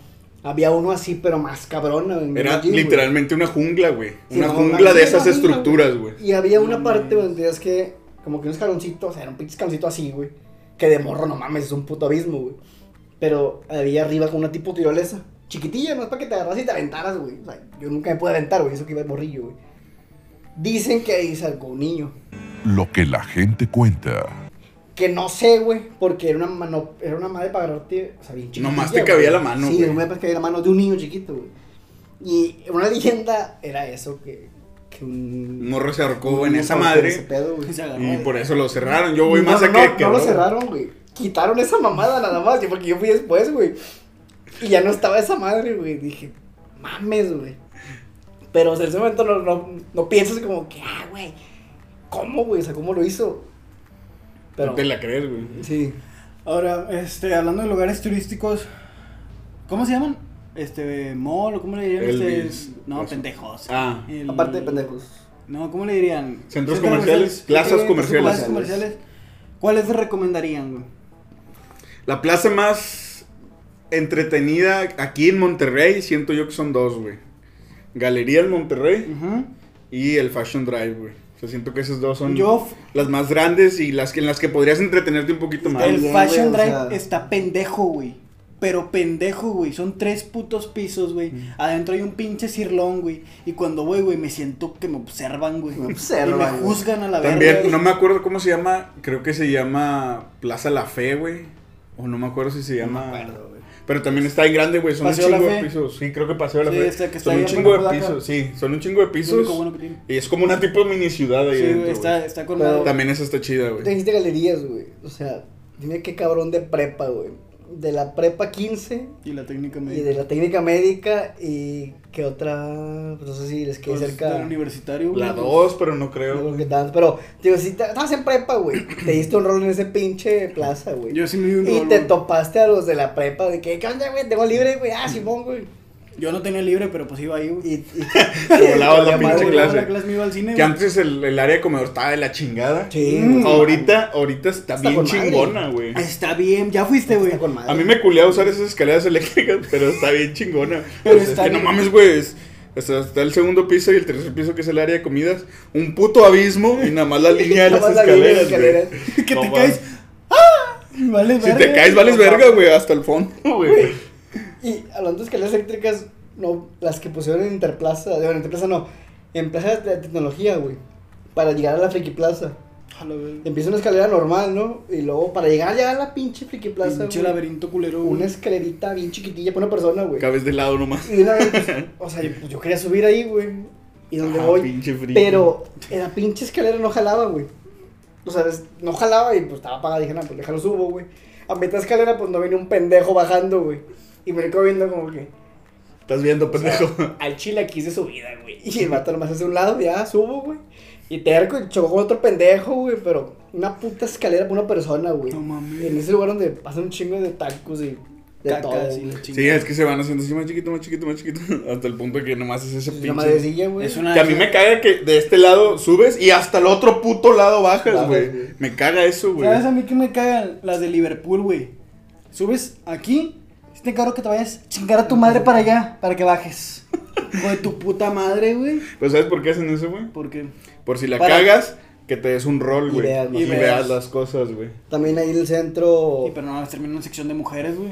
Había uno así, pero más cabrón. en
Era
Medellín, güey.
literalmente una jungla, güey.
Sí,
una
no,
jungla
sí,
de
era
esas
jungla,
estructuras, güey.
Y había una
No
parte
mames.
donde es que, como que un escaloncito, o sea, era un pinche escaloncito así, güey. Que de morro, no mames, es un puto abismo, güey. Pero había arriba como una tipo tirolesa. Chiquitilla, no es para que te agarras y te aventaras, güey. O sea, yo nunca me pude aventar, güey. Eso que iba de morrillo, güey. Dicen que ahí salgo un niño.
Lo que la gente cuenta.
Que no sé, güey, porque era una mano, era una madre para agarrarte, o sea, bien chiquitilla,
Nomás te
güey.
cabía la mano,
Sí,
güey.
nomás te cabía la mano de un niño chiquito, güey. Y una leyenda era eso, que, que
Un
un...
morro se ahorcó
un-
en esa
un- ese
madre.
pedo, güey.
Se agarró.
Y pues por eso lo cerraron. Yo voy
no,
más
no,
a que.
no,
que
no lo cerraron, güey. Quitaron esa mamada nada más, porque yo fui después, güey. Y ya no estaba esa madre, güey. Dije, mames, güey. Pero o sea, en ese momento no, no, no piensas como que, ah, güey, ¿cómo, güey? O sea, ¿cómo lo hizo? Pero,
No te la crees, güey.
sí.
Ahora, este, hablando de lugares turísticos, ¿cómo se llaman? Este, mall, o ¿cómo le dirían
Elvis.
ustedes? No,
Eso.
pendejos.
Ah.
El-
Aparte de pendejos.
No, ¿cómo le dirían?
Centros comerciales, plazas
centros
comerciales.
plazas comerciales. ¿Cuáles recomendarían, güey?
La plaza más entretenida aquí en Monterrey, siento yo que son dos, güey. Galería en Monterrey
Ujú.
y el Fashion Drive, güey. O sea, siento que esas dos son
Yo,
las más grandes y las que en las que podrías entretenerte un poquito más.
El
bien,
Fashion
güey, o
Drive
sea.
está pendejo, güey. Pero pendejo, güey. Son tres putos pisos, güey.
Mm.
Adentro hay un pinche cirlón, güey. Y cuando voy, güey, me siento que me observan, güey.
Me observan,
Y me
güey.
juzgan a la verga.
También,
güey.
no me acuerdo cómo se llama, creo que se llama Plaza La Fe, güey. O no me acuerdo si se llama. pero también está en grande, güey. Son
Paseo
un
La
chingo de
Fe.
pisos. Sí, creo que Paseo La
Sí,
Fe.
este que está
son
ahí
un
en
chingo de
Apodaca.
pisos, sí. Son un chingo de
Es lo
pisos.
único bueno que tiene.
Y es como una tipo mini ciudad ahí
Sí,
adentro,
güey,
güey.
está, está con
Pero-
madre.
También esa está chida,
Tú
güey.
dijiste galerías, güey. O sea, dime qué cabrón de prepa, güey. de la prepa 15
Y la técnica
y
médica.
de la técnica médica y que otra, pues, no sé si les quedé
Pues, del
cerca.
universitario. güey,
La
pues,
2, pero no
Yo
creo.
creo que estabas- pero, digo, si te- estabas en prepa, güey, te diste un rol en ese pinche plaza, güey.
Yo sí me di un
Y
rol,
te
güey.
topaste a los de la prepa, de que, ¿qué onda, güey? Tengo libre, güey. Ah, Simón, güey.
Yo no tenía libre, pero pues iba ahí, güey.
Y, y
Te volabas la
y- madre,
pinche
Yo iba a
clase.
La clase me iba al cine,
Que
güey.
antes el, el área de comedor estaba de la chingada.
Sí,
Mm.
güey.
Ahorita, ahorita está,
Está
bien
con madre.
chingona, güey.
Está bien, ya fuiste, güey.
Está con madre.
A mí me culea usar esas escaleras eléctricas, pero está bien chingona.
Pero
Pues, es
está
que no
bien.
mames, güey. es- Hasta, hasta el segundo piso y el tercer piso, que es el área de comidas, un puto abismo y nada más la línea de
Nada
las
más la línea de
escaleras.
escaleras.
güey.
que
No
te
mames.
caes. ¡Ah! Vale,
Si te caes, vales verga, güey, hasta el fondo, güey.
Y hablando de escaleras eléctricas, no, las que pusieron en Interplaza, bueno, en Interplaza no, en Plaza de Tecnología, güey, para llegar a la Friki Plaza.
A la verga.
Empieza una escalera normal, ¿no? Y luego, para llegar ya a la pinche Friki Plaza,
Pinche
güey,
laberinto culero, güey.
una escalerita bien chiquitilla para una persona, güey.
Cabes de lado nomás.
Y de una vez, pues, o sea, yo, pues, yo quería subir ahí, güey, y donde
Ah,
voy,
pinche frío.
pero en la pinche escalera no jalaba, güey. O sea, es- no jalaba y pues estaba apagada, dije, no, pues déjalo subo, güey. A mitad escalera, pues no viene un pendejo bajando, güey. Y me quedo viendo como que...
Estás viendo, pendejo.
Al chile aquí se subida, güey. Y el vato nomás hace un lado, ya subo, güey. Y terco, y chocó con otro pendejo, güey. Pero una puta escalera para una persona, güey.
No mames.
En ese lugar donde pasan un chingo de tacos y de
Cacas
todo.
y
güey.
la
Sí,
chingada.
es que se van haciendo así más chiquito, más chiquito, más chiquito. Hasta el punto de que nomás es ese
Es una
pinche.
madrecilla, güey.
Es una-
Que a mí me caga que de este lado subes y hasta el otro puto lado bajas,
Bajas,
güey.
güey.
Me caga eso, güey.
¿Sabes a mí que me cagan? Las de Liverpool, güey. Subes aquí, si
este
te encargo que te vayas a chingar a tu madre para allá, para que bajes. Hijo de tu puta madre, güey.
¿Pero Pues, sabes por qué hacen eso, güey?
Porque
Por si la
Para-
cagas, que te des un rol,
Y
güey.
veas más
Y
o menos.
veas las cosas, güey.
También ahí en el centro.
Y pero no vas a terminar en una sección de mujeres, güey.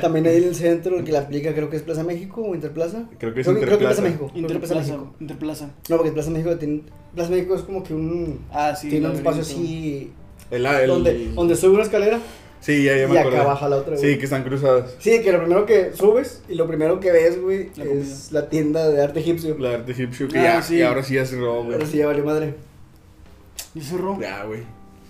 También ahí en el centro, el que la aplica, creo que es Plaza México o Interplaza.
Creo que es
Creo que Plaza
Interplaza.
México. creo que Plaza
Interplaza,
México.
Interplaza.
No, porque Plaza México tiene. Plaza México es como que un.
Ah, sí.
tiene un
laberinto.
espacio así.
El, ah, el...
Donde, donde sube una escalera
Sí, ya, ya me
y
acordé.
acá baja la otra, güey.
Sí, que están cruzadas.
Sí, que lo primero que subes y lo primero que ves, güey,
La
es la tienda de arte egipcio.
La arte egipcio que
Ah,
ya,
sí.
y ahora sí ya cerró, güey.
Ahora sí ya valió madre.
¿Y cerró?
Ya, güey.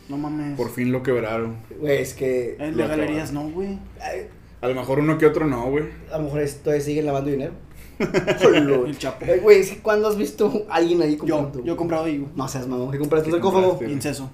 No mames.
Por fin lo quebraron.
Güey, es que
El
Lo
de galerías no, güey.
ay,
A lo mejor uno que otro no, güey.
a lo mejor es- todavía siguen lavando dinero.
El Chapo.
Eh, Güey, es que cuando has visto a alguien ahí
Yo,
comprando.
yo he comprado ahí, güey.
No seas mamón, que compraste un
¿Qué
sarcófago.
compraste?
Inceso.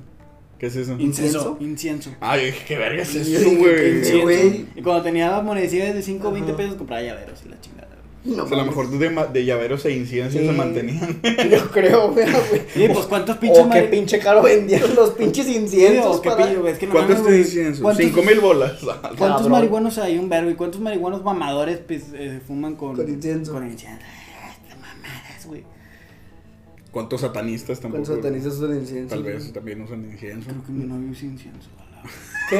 ¿Qué es eso?
Incienso. Incienso.
Ay, dije, qué verga es
Sí,
eso, güey.
sí, güey.
Y cuando tenía monedillas de 5 o 20
Ajá.
pesos, compraba llaveros y la chingada. güey.
No,
O sea, a lo
mames.
mejor de, ma- de llaveros e inciensos
Sí.
se mantenían.
Yo creo, güey.
Sí, pues cuántos pinches
O qué
mari-
pinche caro vendieron los pinches inciensos.
Sí, o qué
para-
pillo, güey, es que no
¿Cuánto es
mames,
tu
güey.
incienso?
¿Cuántos-
Cinco mil bolas.
¿Cuántos
Cabrón.
marihuanos hay? Un verbo. ¿Y cuántos marihuanos mamadores pues, eh, fuman con,
Con incienso.
Con incienso. Ah, estas mamadas, güey.
¿Cuántos satanistas tampoco?
Con satanizos usan incienso.
Tal vez también usan incienso.
Creo que
Mm.
mi novio usa incienso. a la-
¿Qué?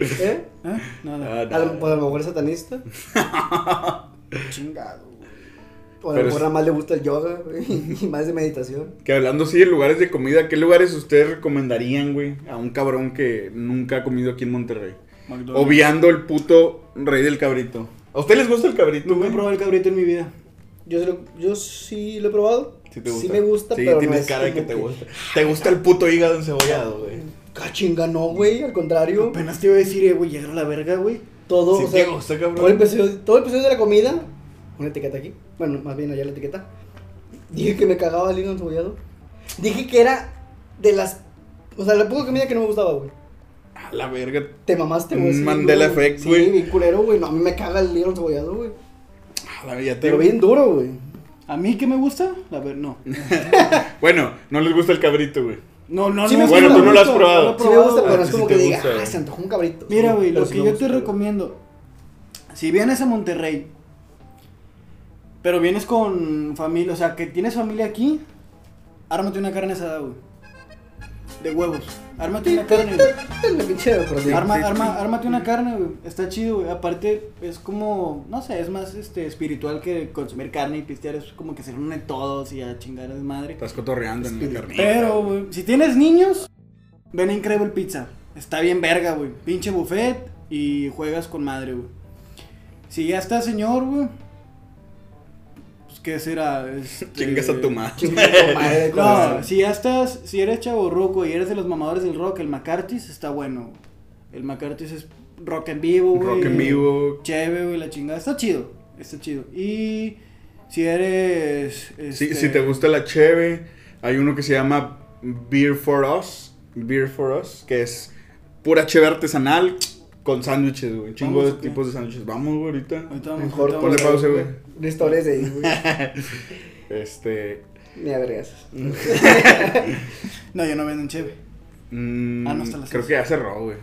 ¿Eh?
¿Eh? Nada.
Ah,
A lo,
no.
pues a lo mejor es satanista.
Chingado, güey.
O a
Pero
lo mejor
es-
nada más le gusta el yoga güey, y más de meditación.
Que hablando así de lugares de comida, ¿qué lugares ustedes recomendarían, güey? A un cabrón que nunca ha comido aquí en Monterrey.
McDonald's.
Obviando el puto rey del cabrito. ¿A ustedes les gusta el cabrito,
Nunca he
güey?
probado el cabrito en mi vida.
Yo, sí lo- yo sí lo he probado.
Sí, te gusta.
me gusta,
sí,
pero
tienes
no es
cara de que
como
te gusta. Te gusta el puto hígado encebollado, güey.
Ah, chinga, no, güey. Al contrario.
Apenas te iba a decir, eh, güey, llegar a la verga, güey.
Todo,
Sí
o sea,
te gusta, cabrón.
Todo el, episodio, todo el episodio de la comida. Una etiqueta aquí. Bueno, más bien allá la etiqueta. Dije que me cagaba el hígado encebollado. Dije que era de las. O sea, la poca comida que no me gustaba, güey.
A la verga.
Te mamaste,
Un
güey. sí,
Mm, Mandela
güey.
effect, güey.
Sí, bien culero, güey. No, a mí me caga el hígado encebollado, güey.
A la verga. ya te-
Pero bien duro, güey.
¿A mí qué me gusta? La ver, no.
Bueno, no les gusta el cabrito, güey.
No, no,
Sí
no.
me
es
gusta,
que
bueno,
me
tú no
lo has
gusta,
probado.
lo he
Sí me gusta, pero
Ah,
no es
sí
como
te
que
gusta,
diga, ah,
güey.
se antojó un cabrito.
Mira, güey,
Pero
lo
sí
que
me
yo
gusta,
te
güey.
recomiendo, si vienes a Monterrey, pero vienes con familia, o sea, que tienes familia aquí, ármate una carne asada, güey. De huevos. Ármate una carne, güey.
La pinche decoración.
Arma,
sí,
arma- ármate una carne, güey. Está chido, güey. Aparte, es como, no sé, es más este espiritual que consumir carne y pistear. Es como que se unen todos y a chingar a desmadre.
Estás cotorreando en el carnita.
Pero, güey, si tienes niños, ven a Incredible Pizza. Está bien verga, güey. Pinche buffet y juegas con madre, güey. Si ya está señor, güey. Pues qué será. Este...
Chingas a tu madre.
Chinga tu madre,
No,
corazón.
si ya estás, si eres chavo y eres de los mamadores del rock, el McCarthy's está bueno. güey. El McCarthy's es rock en vivo, güey.
Rock en vivo.
Chévere, güey, la chingada. Está chido, está chido. Y si eres...
Si,
este,
si te gusta la cheve, hay uno que se llama Beer for Us. Beer for Us, que es pura cheve artesanal con sándwiches, güey. Chingo
Vamos,
de
¿o qué?
tipos de sándwiches. Vamos, güey, ahorita.
Ahorita vamos,
Mejor
ahorita
ponle
vamos.
pausa, güey.
Una historia es de ahí, güey.
Este.
Ni agregas.
No, yo no vendo en cheve.
mm,
Ah, no, hasta las
creo
seis.
que ya cerró, güey.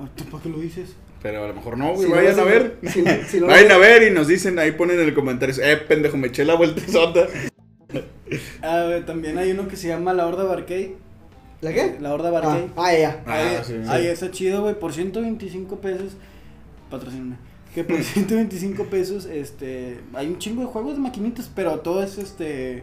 Ah,
¿Tú para qué lo dices?
Pero a lo mejor no, güey.
Si no
vayan
lo
a
hacen-
ver.
si- si no lo
vayan a
hacen-
ver y nos dicen, ahí ponen en el comentario. Eh, pendejo, me eché la vuelta sota.
Ah, güey, también hay uno que se llama La Horda Barcade.
¿La qué?
La Horda
Ah,
Barcade.
ah, ya.
Ahí,
Ah, sí,
ahí
sí.
está chido, güey, por 125 pesos. Patrocíname. Que por 125 pesos, este. Hay un chingo de juegos de maquinitas, pero todo es este.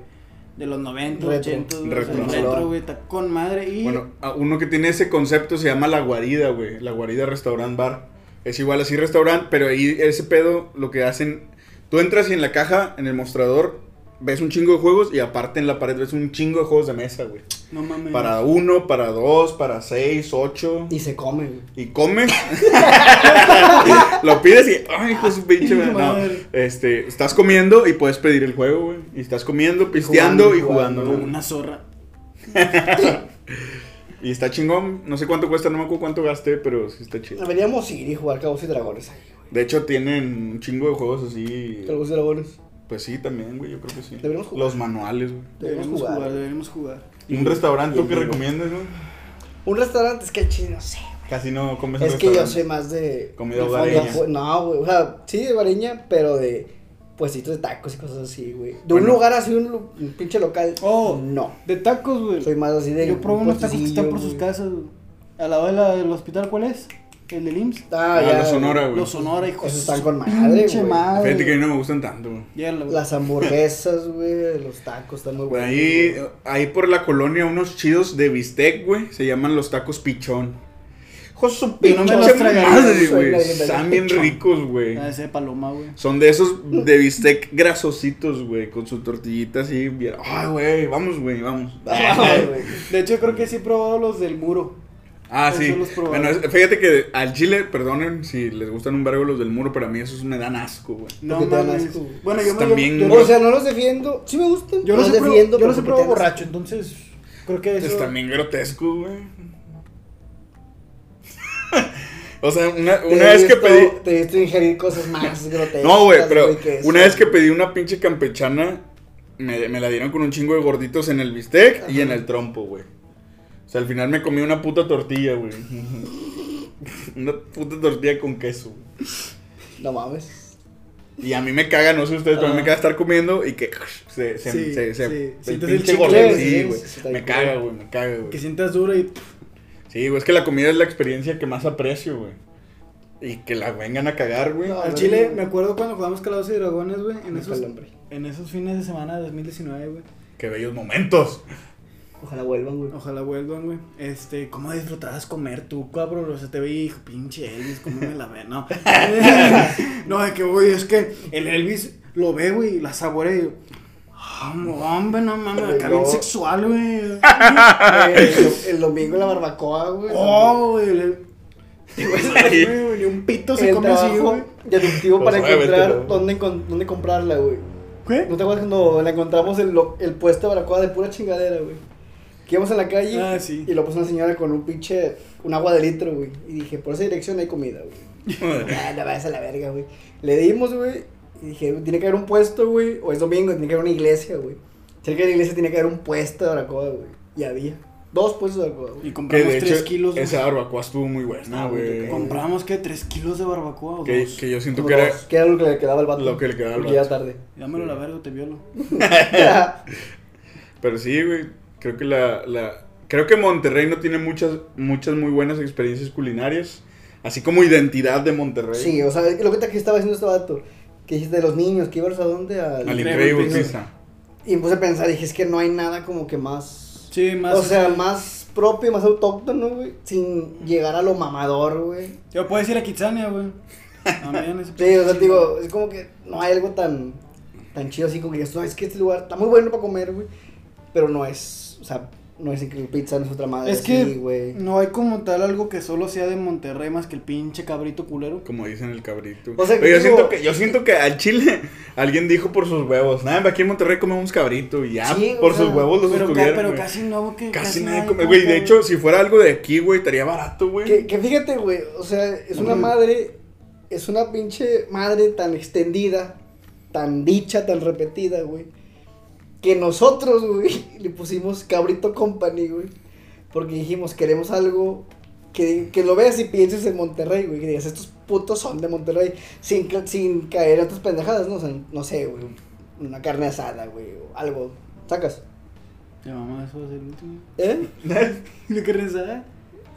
De los 90,
Retro.
80, güey,
Retro.
o sea, retro, güey, está con madre. Y
Bueno, a- uno que tiene ese concepto se llama La Guarida, güey. La Guarida Restaurant Bar. Es igual así restaurant, pero ahí ese pedo lo que hacen... Tú entras y en la caja, en el mostrador, ves un chingo de juegos y aparte en la pared ves un chingo de juegos de mesa, güey.
no mames.
Para uno, para dos, para seis, ocho.
Y se come, güey.
Y comes. lo pides y. Ay, hijo de su pinche madre. No,
Madre.
este, estás comiendo y puedes pedir el juego, güey. Y estás comiendo, pisteando y jugando.
jugando,
Como
¿no?
una zorra.
Y está chingón. No sé cuánto cuesta, no me acuerdo cuánto gasté, pero sí está chido.
Deberíamos ir y jugar Cabos y Dragones ahí, güey.
De hecho, tienen un chingo de juegos así.
Cabos y Dragones.
Pues sí, también, güey. Yo creo que sí.
Deberíamos jugar.
Los manuales, güey.
Deberíamos
Deberíamos
jugar.
jugar.
deberíamos jugar.
Un restaurante
y
¿tú
el
que
libro.
recomiendas, güey.
Un restaurante es que el chile no sé.
Casi no comes en
Es que yo
restaurante.
soy más de.
Comida
de
hogareña.
fondo a fo- No, güey. O sea, sí de vareña, pero de puestitos de tacos y cosas así, güey. De un
Bueno.
lugar así, un, lu- un pinche local.
Oh.
No.
De tacos, güey.
Soy más así de.
Yo probé unos tacos que
puestecillo,
están por sus
güey.
casas, güey. Al lado de la- del hospital, ¿cuál es? El del IMSS.
Ah,
Ah,
ya,
los Sonora, güey.
Los Sonora, hijos.
Esos
de
están
su
con madre,
pinche
güey.
madre.
Fíjate que a mí no me gustan tanto, güey.
Llévala, güey.
Las hamburguesas, güey. Los tacos están muy
Por
buenos.
ahí, eh,
güey.
ahí por la colonia, unos chidos de bistec, güey. Se llaman los tacos pichón. Josu,
Y no me los tragaría,
soy
güey.
la dieta
Están
del
bien
pichón.
ricos, güey.
Ah, ese de paloma, güey.
Son de esos de bistec grasositos, güey. Con su tortillita así. bien- Ay, güey. Vamos, güey, vamos.
Ah, güey.
De hecho, creo que sí he probado los del muro.
Ah,
Eso
sí.
los probé.
Bueno, es- fíjate que al chile, perdonen si les gustan un vergo los del muro, pero a mí esos me dan asco, güey.
No
Porque te dan
mames.
asco, güey.
Bueno, yo
Están
me
bien-
yo,
O sea, no los defiendo. Sí me gustan.
yo
no
los he probado-
defiendo.
yo los he
pero
probado
porque te dan-
borracho, entonces creo que eso
Están bien grotescos, güey. O sea, una, una
Te he
vez que
visto-
pedí.
Te he visto ingerir cosas más grotescas.
No, güey, pero
que
una
eso.
vez que pedí una pinche campechana, me, me la dieron con un chingo de gorditos en el bistec y
Ajá.
en el trompo, güey. O sea, al final me comí una puta tortilla, güey. una puta tortilla con queso. güey.
No mames.
Y a mí me caga, no sé ustedes, pero a mí me
Ah.
caga estar comiendo y que se, se,
Sí,
se, se-
sí.
el
Sientes el
pinche
chicle,
gordito,
sí,
sí,
sí,
güey.
sí, está
me
bien
caga,
culero.
güey, me caga, güey.
que sientas duro y
Sí, güey, es que la comida es la experiencia que más aprecio, güey. Y que la vengan a cagar, güey.
No,
al chile me acuerdo cuando jugamos Calados y Dragones, güey, en
Me fue
esos
el hambre.
en esos fines de semana de 2019, güey.
Qué bellos momentos.
Ojalá vuelvan, güey.
Ojalá vuelvan, güey. Este, ¿cómo disfrutabas comer tú, cabrón? O sea, te vi, hijo, pinche Elvis, ¿cómo me la ve? No. no, es que, güey, es que el Elvis lo ve, güey, y la saborea y yo. "Ah, hombre, no mames, acá bien
Luego-
sexual, güey.
Eh, el, el domingo en la barbacoa, güey.
Oh, güey. el-
Ay.
güey, Ni un pito
el
se come así,
trabajo
güey.
deductivo para
Pues, obviamente,
encontrar
no.
dónde, encon- dónde comprarla, güey.
¿Qué?
¿No te acuerdas cuando la encontramos el, lo- el puesto de barbacoa de pura chingadera, güey? Que íbamos a la calle
Ah, sí.
y lo puso una señora con un pinche, un agua de litro, güey. Y dije, por esa dirección hay comida, güey. Ah, la vas a la verga, güey. Le dimos, güey. Y dije, tiene que haber un puesto, güey. O es domingo, tiene que haber una iglesia, güey. Cerca de la iglesia tiene que haber un puesto de barbacoa, güey. Y había. Dos puestos de barbacoa, güey.
Y
Que
compramos
de hecho,
tres kilos. güey.
esa barbacoa estuvo muy buena,
Ah, güey,
güey.
te cago.
Compramos, ¿qué? Tres kilos de barbacoa. o
Que,
dos?
que yo siento
Como
que era.
dos, que era lo que le quedaba al vato.
Lo que le quedaba al
Porque ya
vato.
tarde.
Dámelo a la verga, te violo.
Pero sí, güey. Creo que la, la- Creo que Monterrey no tiene muchas, muchas muy buenas experiencias culinarias. Así como identidad de Monterrey.
sí, o sea, lo que te que estaba haciendo este vato. Que dijiste de los niños, que ibas a dónde. Al-
Al
Increíble
increíble
Pizza.
pizza.
Y me puse a pensar, dije, es que no hay nada como que más.
Sí, más.
o sea, más propio, más autóctono, güey. Sin llegar a lo mamador, güey.
Yo puedo decir a Kitsania, güey. También ese
Sí, o sea, te digo, es como que no hay algo tan, tan chido así como que digas, no, es que este lugar está muy bueno para comer, güey. Pero no es, o sea,
No dicen que el pizza no es otra madre.
Es que
así, güey.
no hay como tal algo que solo sea de Monterrey más que el pinche cabrito culero.
Como dicen el cabrito.
O sea,
Pero yo,
digo-
siento que, yo siento que al chile alguien dijo por sus huevos. Nada, aquí en Monterrey comemos cabrito y ya
Sí, o
por
sea,
sus huevos los
Pero, ca-
descubrieron.
pero
güey.
casi no, que
Casi nadie come, güey. De hecho, si fuera algo de aquí, güey, estaría barato,
Que,
güey.
que fíjate, güey, o sea, es una
Ujú.
madre, es una pinche madre tan extendida, tan dicha, tan repetida, güey, que nosotros, güey, le pusimos Cabrito Company, güey, porque dijimos, queremos algo que, que lo veas y pienses en Monterrey, güey, que digas, estos putos son de Monterrey, sin, ca- sin caer en otras pendejadas, no, O sea, no sé, güey, una carne asada, güey, o algo, sacas,
Te mamá, eso va a ser el último.
¿eh?
¿Lo que rezaba?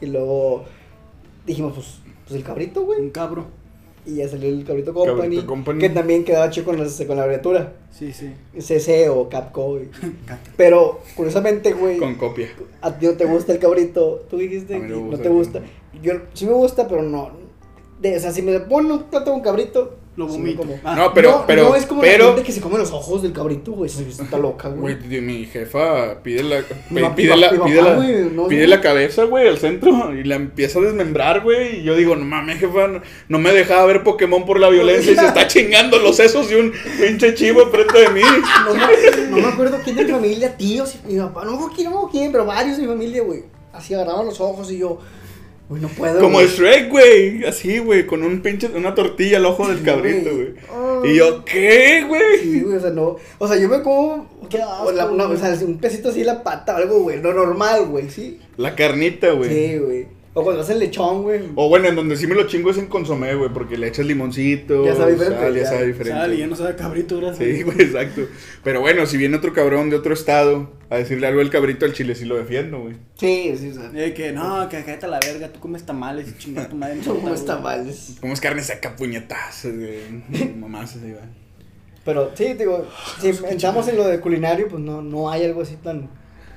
Y luego dijimos, pues, pues el cabrito, güey.
Un cabro.
Y ya salió el Cabrito Company,
Cabrito Company.
que también quedaba chido con, las- con la abreviatura,
Sí, sí.
CC o Capco. y- Pero, curiosamente, güey,
Con copia.
a ti no te gusta el cabrito, tú dijiste
A
que
mí no me
no
gusta
te
el
gusta. Yo, sí me gusta, pero no, de- o sea, si me ponen un plato con cabrito,
Lo
sí me
vomito.
como.
Ah,
No, pero-
no, no es como
pero-
la gente que se come los ojos del cabrito, güey, eso está loca,
Güey,
güey.
de- mi jefa pide la,
Mi
pe-
pa-
pide
mi
la,
pa- mi
pide
papá,
la-
güey, no,
pide
no.
la cabeza, güey, al centro y la empieza a desmembrar, güey. Y yo digo, no mames, jefa, no, no me dejaba ver Pokémon por la violencia y se está chingando los sesos de un pinche chivo enfrente de mí.
No, me- no me acuerdo quién de mi familia, tíos, y mi papá, no me acuerdo quién, no me acuerdo quién, pero varios de mi familia, güey, así agarraban los ojos y yo, güey, no puedo,
Como
güey.
Shrek, güey, así, güey, con un pinche, una tortilla al ojo del cabrito, güey. Y yo, ¿qué,
Sí,
güey?
güey, o sea, no. O sea, yo me como.
Qué asco,
o la- no,
güey.
o sea, un pesito así la pata o algo, güey. Lo normal, güey, sí.
La carnita, güey.
Sí, güey. O cuando hacen lechón, güey.
O bueno, en donde sí me lo chingo es en consomé, güey, porque le echas limoncito.
Ya sabe diferente,
sal, ya
ya.
sabe
Sale, ya
diferente.
no sabe a cabrito, gracias.
Sí, güey, exacto. Pero bueno, si viene otro cabrón de otro estado a decirle algo al cabrito al chile, sí lo defiendo, güey.
Sí, sí, o sea.
De que no, que cállate a la verga, tú comes tamales y chinga tu madre.
Son como
güey.
tamales.
Como es carne saca puñetazos, güey. Mamás, así, güey.
Pero sí, digo, si pensamos en lo de culinario, pues no, no hay algo así tan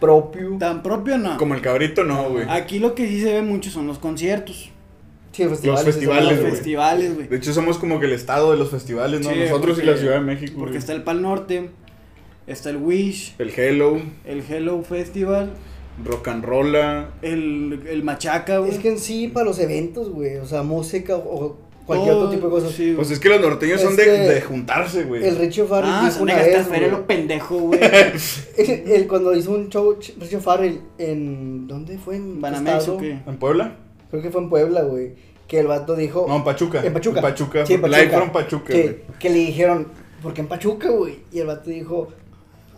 propio.
Tan propio no.
Como el cabrito, no, güey.
Aquí lo que sí se ve mucho son los conciertos.
Sí,
Los festivales,
los
güey.
festivales, güey.
De hecho, somos como que el estado de los festivales, ¿no?
Sí,
Nosotros y
porque-
la Ciudad de México.
Porque
güey.
está el Pal Norte, está el Wish,
el Hello,
el Hello Festival,
Rock and Rolla.
el, el Machaca, güey.
Es que en sí, para los eventos, güey. O sea, música o cualquier otro tipo de cosas.
Oh, Sí, güey.
Pues es que los norteños son de,
Este-
de juntarse, güey.
El Richie Farrell
ah,
dijo
se me
una
gasta
vez,
feria
güey,
lo pendejo, güey.
Él cuando hizo un show, Ch- Richie Farrell, en... ¿Dónde fue? ¿En qué
¿Banamex o
estado?
qué?
¿En Puebla?
Creo que fue en Puebla, güey. Que el vato dijo.
No, en Pachuca.
En Pachuca.
En Pachuca.
Sí, en
La
Pachuca.
fueron Pachuca, güey.
que, que le dijeron, ¿por qué en Pachuca, güey? Y el vato dijo,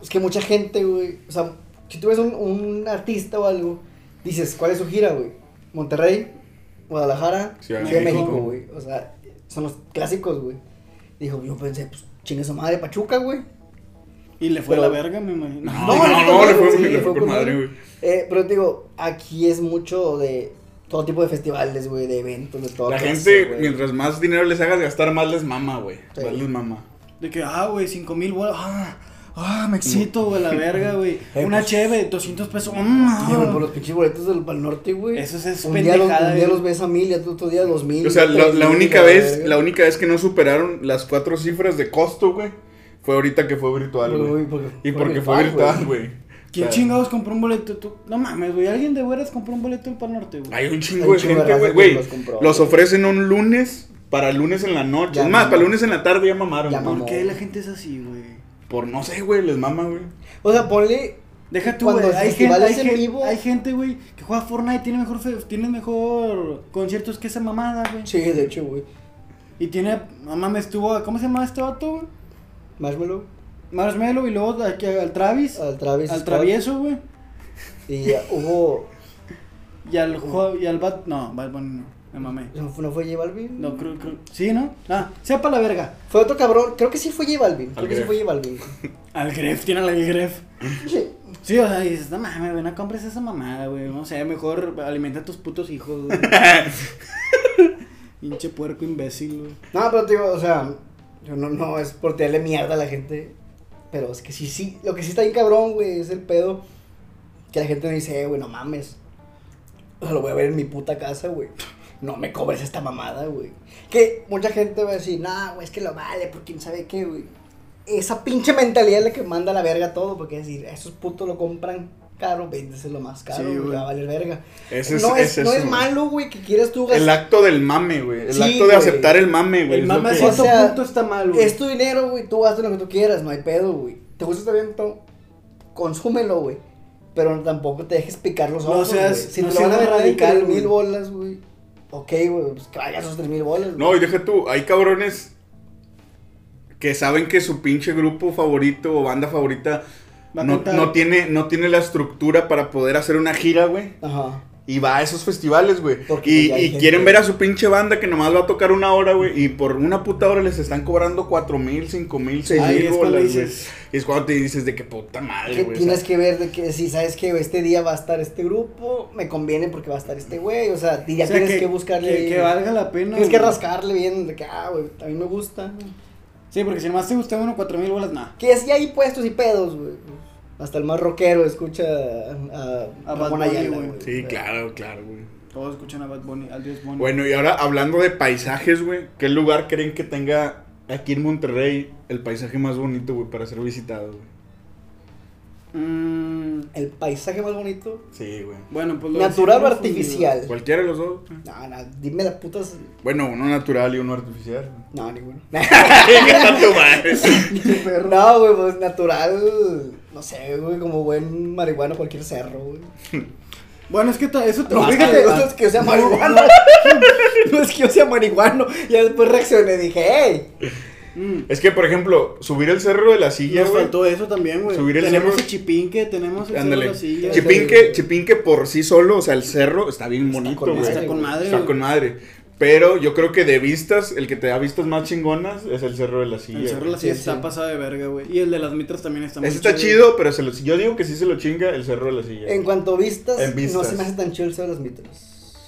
es que mucha gente, güey. O sea, si tú ves un, un artista o algo, dices, ¿cuál es su gira, güey? Monterrey, Guadalajara,
Ciudad
Ciudad
de
de
México.
México, güey. O sea, son los clásicos, güey. Dijo, yo pensé, pues chingue su madre, Pachuca, güey.
Y le fue
Pero-
la verga, me imagino.
No, no, no, le fue-
sí,
le fue con
con
madre, güey.
Eh, pero te digo, aquí es mucho de todo tipo de festivales, güey, de eventos, de todo.
La
clase,
gente,
güey.
mientras más dinero les hagas gastar, más les mama, güey.
Sí.
Más les mama.
De que, ah, güey, cinco mil bolas. Ah, ah, me excito, güey, la verga, güey.
Eh,
Una
pues-
cheve, 200 pesos. mm, ah.
Sí, güey, por los pinches boletos del Pal Norte, güey.
Eso es
un día, los,
pendejada,
un día
güey.
los ves a mil y otro, otro día dos mil.
O sea, la,
tres
la
mil,
única
la
vez,
verga.
la única vez que no superaron las cuatro cifras de costo, güey, fue ahorita que fue virtual,
Porque-
güey.
porque-
Y
porque
porque fue
fue
virtual,
virtual,
güey.
¿Quién
O sea,
chingados compró un boleto? Tú? No mames, güey. Alguien de veras compró un boleto del Pal Norte, güey.
Hay un
Hay
chingo
un
de
chingo de
gente, güey.
raza que
güey.
los compró,
Los
güey.
ofrecen un lunes para lunes en la noche.
Ya
es más,
mamó.
para lunes en la tarde ya mamaron.
Ya
güey.
¿Por
mamó.
qué la gente es así, güey?
Por no sé, güey, les mama, güey.
O sea, ponle.
Deja tú,
Cuando
güey.
los
Hay gente,
festivales
hay,
en
gen-
vivo-
hay gente, güey, que juega Fortnite, tiene mejor, fe- tiene mejor conciertos que esa mamada, güey.
Sí, de hecho, güey.
Y tiene, no mames, estuvo, ¿cómo se llama este vato, güey?
Marshmallow,
Marshmello y luego aquí al Travis,
al Travis.
al
Scott,
travieso, güey.
Y ya hubo.
Y al, jo- y al Bat, no, Bad Bunny no, me mamé.
¿No fue, no fue J Balvin?
No, creo, creo, sí, ¿no? Ah, sea para la verga.
Fue otro cabrón. Creo que sí fue J Balvin.
Al
Creo que sí
Gref.
fue J Balvin.
Al Gref, tiene la Gref.
Sí.
Sí, o sea, dices, no mames, güey, no compres esa mamada, güey. No sé, mejor alimenta a tus putos hijos, güey. Pinche puerco imbécil, güey.
No, pero te digo, o sea, yo no, no es por tirarle mierda a la gente. Pero es que sí, sí. Lo que sí está bien cabrón, güey, es el pedo que la gente me dice, eh, güey, no mames. O sea, lo voy a ver en mi puta casa, güey. No me cobres esta mamada, güey. Que mucha gente va a decir, no, güey, es que lo vale, por quién sabe qué, güey. Esa pinche mentalidad es la que manda a la verga todo, porque es decir, esos putos lo compran caro, véndese lo más caro,
Sí,
güey,
güey.
va a valer verga.
Ese es-
no es,
ese
no
es,
es
güey.
malo, güey, que quieras tú
El
gastar.
acto del mame, güey. El
Sí,
acto de
güey.
aceptar el mame, güey.
El
es lo
mame a
que-
es-
cierto
O sea,
punto está mal, güey.
Es tu dinero, güey, tú gastas lo que tú quieras, no hay pedo, güey. Te gusta este evento, consúmelo, güey. Pero tampoco te dejes picar los
No
ojos, güey.
seas-
si
no
te lo van a
seas
ver
radical,
radical,
güey.
mil bolas, güey. Ok, güey, pues que vayas a sus tres mil bolas, güey.
No, y deja tú, hay cabrones que saben que su pinche grupo favorito o banda favorita
Va a
no,
cantar.
no tiene, no tiene la estructura para poder hacer una gira, güey.
Ajá.
Y va a esos festivales, güey.
Porque pues
Y,
ya hay
y
gente.
quieren ver a su pinche banda que nomás va a tocar una hora, güey. Y por una puta hora les están cobrando cuatro mil, cinco mil, seis
Ahí
mil
es cuando
bolas, güey.
dices-
Y es cuando te dices de que puta madre,
Que
güey. o
tienes
sea,
que ver de que si sabes que este día va a estar este grupo, me conviene porque va a estar este güey. O sea, ya
O sea,
tienes que, buscarle.
Que, que valga la pena.
tienes que
güey.
rascarle bien de que, ah, güey, a mí me gusta.
Sí, porque si nomás te gusta uno, cuatro mil bolas, nada.
Que si hay puestos y pedos, güey. Hasta el más rockero escucha a,
A
a,
Bad
Ramón
Bunny,
Ayala,
güey.
güey.
Sí,
O sea,
claro, claro, güey.
Todos escuchan a Bad Bunny, al Dios Bunny.
Bueno, y ahora hablando de paisajes, güey, ¿qué lugar creen que tenga aquí en Monterrey el paisaje más bonito, güey, para ser visitado, güey?
Mm,
El paisaje más bonito.
Sí, güey.
bueno, pues lo
Natural o
decimos,
artificial.
Cualquiera de los dos.
No, no, dime las putas.
Bueno, uno natural y uno artificial.
No, ninguno.
Ay,
fundido. Perro.
no, güey, pues natural. No sé, güey, como buen marihuana cualquier cerro, güey.
Bueno, es que ta- eso te
No,
vas a-
fíjate,
a-
no es que yo sea marihuano. No es que yo sea marihuano. Y después reaccioné y dije, hey.
Mm,
es que, por ejemplo, subir el cerro de la silla,
nos
güey.
faltó eso también, güey.
Subir el
tenemos
cerro.
el chipinque, tenemos el cerro de
Ándale.
la silla.
Chip-
Chipinque, Chipinque por sí solo, o sea, el cerro está bien bonito,
con
güey.
Está con madre.
Está con madre. Pero yo creo que de vistas, el que te da vistas más chingonas es el cerro de la silla.
El cerro de la
Sí,
silla
sí.
está pasado de verga, güey. Y el de las mitras también está muy
Ese está chido, pero se lo- yo digo que sí se lo chinga el cerro de la silla.
En cuanto a vistas,
En vistas.
no se me hace tan chido el cerro de los mitros.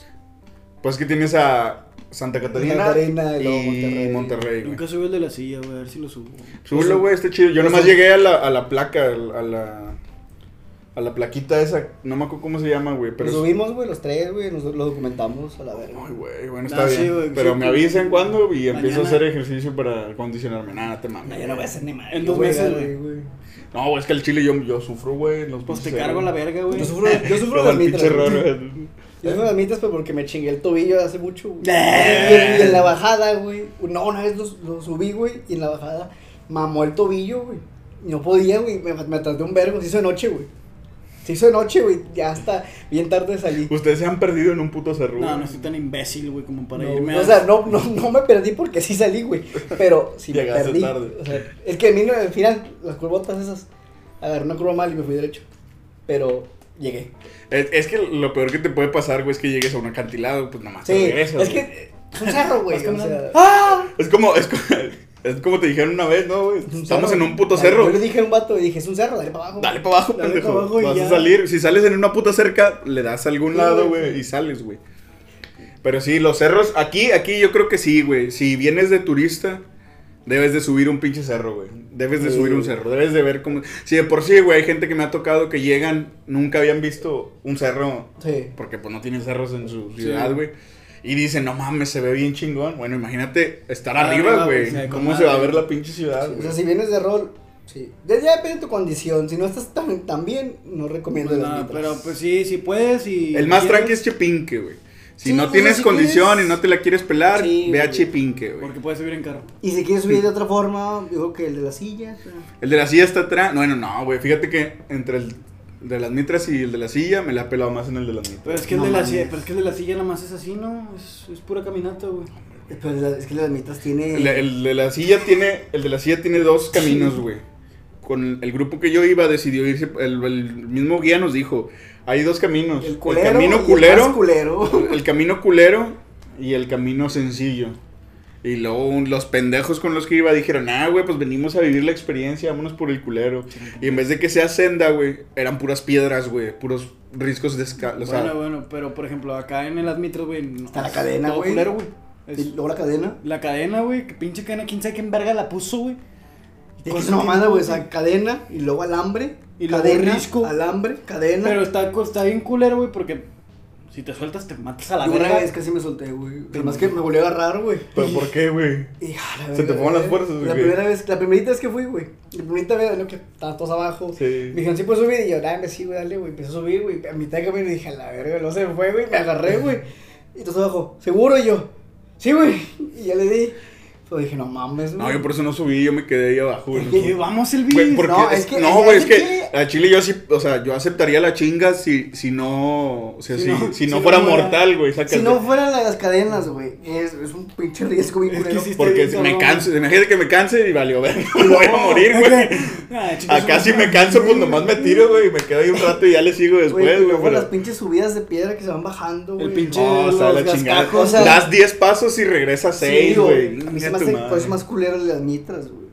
Pues que tienes a Santa Catarina,
Santa Catarina y
y
luego
Monterrey.
Monterrey.
güey.
Nunca subí el de la silla, güey. A ver si lo subo. güey.
Súbelo, güey, está chido. Yo nomás llegué a la, a la placa, al- a la, a la plaquita esa. No me acuerdo cómo se llama, güey, pero...
Nos subimos, güey, los tres, güey, nos lo documentamos a la verga.
Ay, güey, bueno,
Ah,
está
sí,
bien.
güey,
pero
sí,
me
tú-
avisan cuando y empiezo a
Mañana.
hacer ejercicio para condicionarme. Nada, te mames.
No, yo no voy a hacer ni madre.
En dos
güey,
meses,
güey, güey.
No, güey, es que el chile yo, yo sufro, güey. en los
Pues te
pinches
cargo la
cerros.
verga, güey.
Yo sufro, yo sufro
Como
las
el
mitras.
pinche
güey.
raro.
Yo sufro las mitras, pero porque me chingué el tobillo hace mucho, güey. Y,
Eh.
en- y en la bajada, güey. No, una vez lo, lo subí, güey, y en la bajada mamó el tobillo, güey. Y No podía, güey. Me, me atrasé un vergo. Se hizo de noche, güey. Se hizo de noche, güey. Ya hasta bien tarde salí.
Ustedes se han perdido en un puto cerro.
No,
güey.
no estoy tan imbécil, güey, como para
No,
irme
o
a-
sea, no, no, no me perdí porque sí salí, güey. Pero sí me
Llegaste
perdí.
tarde.
O sea, es que a mí, no- al final, las curvotas esas, agarré una curva mal y me fui derecho. Pero llegué.
Es, es que lo peor que te puede pasar, güey, es que llegues a un acantilado, pues nada más te
Sí,
regresas,
es
güey.
que es un cerro, güey. o sea,
¡Ah!
Es como, es como, es como te dijeron una vez, ¿no, güey?
es un
Estamos
cerro.
en un puto
Dale,
cerro.
Yo le dije a un vato, le dije, es un cerro, dale para abajo.
Dale para abajo,
Dale
pendejo.
pa' abajo y
Vas
ya.
a salir. Si sales en una puta cerca, le das a algún
Sí,
lado,
güey.
güey, y sales, güey. Pero sí, los cerros, aquí, aquí yo creo que sí, güey. Si vienes de turista, debes de subir un pinche cerro, güey. Debes de
Sí,
subir un
güey.
cerro, debes de ver cómo... Si de por sí, güey, hay gente que me ha tocado que llegan, nunca habían visto un cerro
Sí.
porque pues no tienen cerros en su
Sí.
ciudad, güey. Y dicen, no mames, se ve bien chingón. Bueno, imagínate estar
Arriba,
arriba,
güey,
güey.
sí, hay
¿Cómo
con
se va a
madre.
ver la pinche ciudad,
O
güey?
sea, si vienes de rol, sí. Ya ya depende de tu condición. Si no estás tan, tan bien, no recomiendo
Pues
las
nada,
mitras.
pero pues sí, si puedes y...
El más
quieres,
tranqui es Chipinque, güey. Si
Sí,
no
o sea,
tienes
si
condición
quieres-
y no te la quieres pelar,
Sí,
ve a
güey.
Chipinque, güey.
Porque puedes subir en carro.
Y si quieres subir de otra forma, yo creo que el de la silla. o sea,
El de la silla está atrás. Bueno, no, güey. Fíjate que entre el de las mitras y el de la silla, me la ha pelado más en el de las
Pero
mitras.
es que el
No
de la
mames.
silla, pero es que el de la silla nada más es así, ¿no? Es, es pura caminata, güey.
Pero la- es que las mitras tiene.
El, el de la silla tiene, el de la silla tiene dos caminos, güey. Con el, el grupo que yo iba decidió irse, el, el mismo guía nos dijo, hay dos caminos.
El culero. y
camino
el
culero,
más culero.
el camino culero y el camino sencillo. Y luego un- los pendejos con los que iba dijeron, ah, güey, pues venimos a vivir la experiencia, vámonos por el culero. Y en vez de que sea senda, güey, eran puras piedras, güey, puros riscos de esca- o sea,
bueno, bueno, pero por ejemplo, acá en el Admitras, güey. no-
Está la
es
cadena,
todo
güey.
culero, güey. Es-
Y luego la cadena.
La cadena, güey, que pinche cadena, quién sabe quién verga la puso, güey.
Es
Cosa
una mamada,
que-
güey. O sea, cadena y luego alambre.
Y luego
cadena,
risco.
Alambre, cadena.
Pero está, co- está bien culero, güey, porque Si te sueltas, te matas a la
Yo una
verga.
vez casi me solté, güey. Pero más que me volvió a agarrar, güey.
¿Pero por qué, güey?
Y, ah, la
Se
verga,
te fueron las
güey.
fuerzas, güey.
La primera vez, la primerita vez que fui, güey. La primerita vez, lo que estaban todos abajo.
Sí.
Me dijeron, sí puedes subir. Y yo, dame, sí, güey, dale, güey. Empecé a subir, güey. A mitad de camino dije, a la verga, no se fue, güey. Me agarré, güey. Y todos abajo, seguro. Y yo, sí, güey. Y ya le di. Pero dije, no mames, güey.
No, yo por eso no subí, yo me quedé ahí abajo, güey. no
Oye,
subí.
vamos, el
Güey, porque
no,
es-
es que-
no, güey, es
es
que
que-
a Chile yo sí, o sea, yo aceptaría la chinga si, si no, o sea, si,
Si
si
no-
no,
si
fuera
no fuera-
mortal, güey, sácate.
Si no fueran las cadenas, güey. Es, es un pinche riesgo, güey.
Es que
culero.
sí
porque
Este,
me
no,
canso, imagínate que me canse y valió ver, voy a morir, güey.
Ah,
Acá si
si
me canso, pues nomás me tiro, güey, y me quedo ahí un rato y ya le sigo
Güey,
después,
y
güey.
luego
pero-
las pinches subidas de piedra que se van bajando, güey.
El pinche.
No, o sea,
los
la chingada.
gascajos,
o sea,
das 10 pasos y regresa
Sí,
6,
digo,
güey.
A mí
Chinga
se me
tu
hace
madre.
por eso más culero las mitras, güey.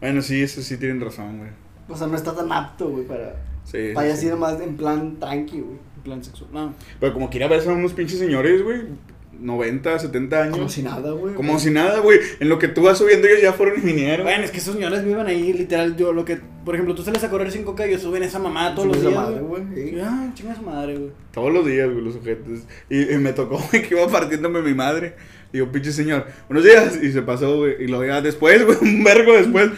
Bueno, sí, eso sí tienen razón, güey.
O sea, no está tan apto, güey, para.
Sí.
Vaya
sí,
así nomás en plan tranqui, güey.
en plan sexual. No.
Pero como quiera verse a unos pinches señores, güey, 90, 70 años.
Como si nada, güey.
Como si nada, güey. En lo que tú vas subiendo, ellos ya fueron y vinieron.
Bueno, es que esos señores viven ahí, literal. Yo, lo que. Por ejemplo, tú sales a correr 5K y ellos suben esa mamada todos los
Chingue su
días.
madre,
güey.
güey.
Y,
sí.
Ah, chinga su madre, güey.
Todos los días, güey, los sujetos. Y, y me tocó, güey, que iba partiéndome mi madre. Y yo, pinche señor, buenos días. Y se pasó, güey. Y lo veía después, güey, un vergo después.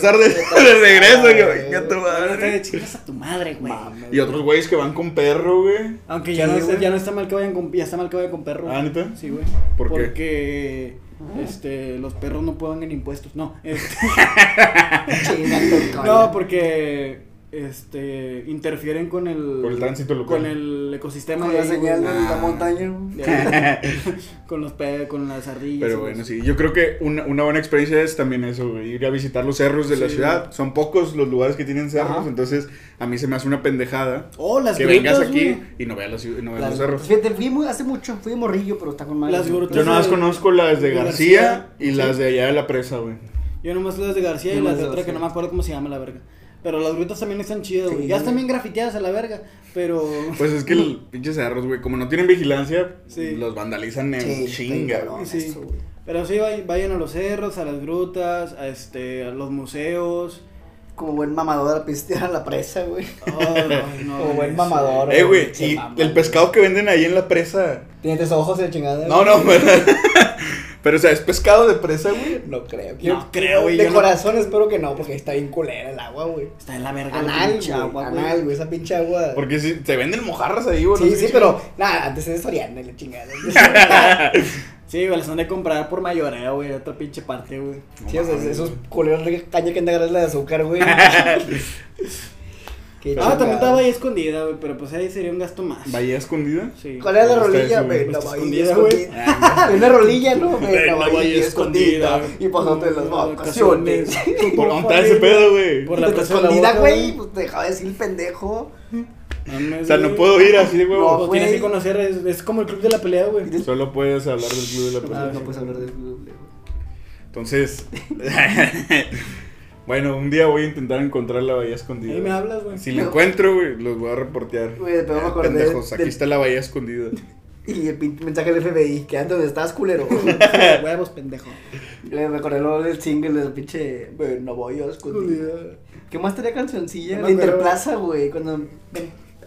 tardes, de regreso. Y yo, "Venga tu
Ahorita
madre.
Chingas a tu madre, güey.
Mames.
Y otros güeyes que van con perro, güey.
Aunque ya
Sí,
no, es-
güey.
ya no está mal que vayan con, ya está mal que vayan con perro.
Ah, ¿neta?
Sí, güey.
¿Por qué?
Porque este, los perros no pagan en impuestos. No, este,
Chinga tu cola.
no, porque este, interfieren con el,
Con el tránsito local.
con el
pues,
ecosistema
Con
de
la
ahí,
señal de
güey.
la montaña, güey.
De ahí, güey. con los pe- con las ardillas.
Pero
y
bueno,
los-
sí. Yo creo que una, una buena experiencia es también eso, güey. Ir a visitar los cerros de la
Sí.
ciudad. Son pocos los lugares que tienen cerros.
Ajá.
Entonces, a mí se me hace una pendejada.
Oh, las
que
grutas,
vengas aquí
güey.
y no veas los, y no veas
Las-
los cerros.
Fíjate, fui muy- hace mucho, fui de morrillo, pero está con madre.
Las
güey.
grutas.
Yo nada más
de-
conozco las de
de
García
García,
y las de allá de la presa, güey.
Yo nomás las de García y
Yo
las
las
de
de
otra que no me
García.
acuerdo cómo se llama la verga. Pero las grutas también están chidas,
Sí,
güey. Ya están
güey.
bien grafiteadas a la verga, pero...
Pues es que los pinches cerros, güey, como no tienen vigilancia,
Sí.
los vandalizan en
Sí,
chinga,
está
güey.
cabrón
Sí.
eso, güey.
Pero sí, vay- vayan a los cerros, a las grutas, a, este, a los museos.
Como buen mamador a pistear a la presa, güey.
Ay, no,
Como buen
eso.
mamador.
Eh, güey,
Se
y
maman,
el
güey.
pescado que venden ahí en la presa.
Tiene tres ojos de chingada.
No,
güey.
no, pero, pero o sea, es pescado de presa, güey.
No creo.
No creo, güey,
De
yo no-
corazón espero que no, porque está bien culera el agua, güey.
Está en la verga. la
Anal,
pinche
güey.
agua, güey.
Anal, güey. Esa pinche agua.
Porque si te venden mojarras ahí, güey. no
Sí,
sé
sí,
qué
pero nada, antes es Soriana y la chingada.
Sí, güey, las han de comprar por mayoreo, güey, de otra pinche parte, güey.
Sí, o sea, esos culeros de caña que andan agarrando de azúcar, güey. Qué
Ah, también
chingada.
estaba ahí escondida, güey, pero pues ahí sería un gasto más.
¿Bahía escondida? Ah,
Sí.
¿Cuál era la
Está
rolilla,
eso,
güey?
güey.
La
Está
bahía
escondida, güey.
escondida. Una rolilla, ¿no? güey?
La bahía
escondida,
Y pasándote
güey.
las vacaciones.
¿Por dónde está ese pedo, güey?
Por la
Y te
plaza de la
escondida,
boca,
güey.
güey.
Pues dejaba de decir pendejo.
O sea, no puedo ir así de
No,
huevo.
pues, tienes
güey.
que conocer, es, es como el club de la pelea, güey.
Solo puedes hablar del club de la
Pues,
presa.
Ah, No pues, puedes hablar de fútbol, güey.
Entonces, bueno, un día voy a intentar encontrar la bahía escondida.
Ahí me hablas, güey.
Si la encuentro, güey, los voy a reportear.
Güey, pero me acordé
Pendejos,
del-
aquí está la bahía escondida.
Y el pinche mensaje del FBI, que antes donde estás, culero. "Ah,
Huevos, pendejo.
Le recordé lo del single del pinche güey, No voy a escondida. ¿Qué más tenía cancioncilla?
No
La
me acuerdo.
Interplaza, güey. Cuando.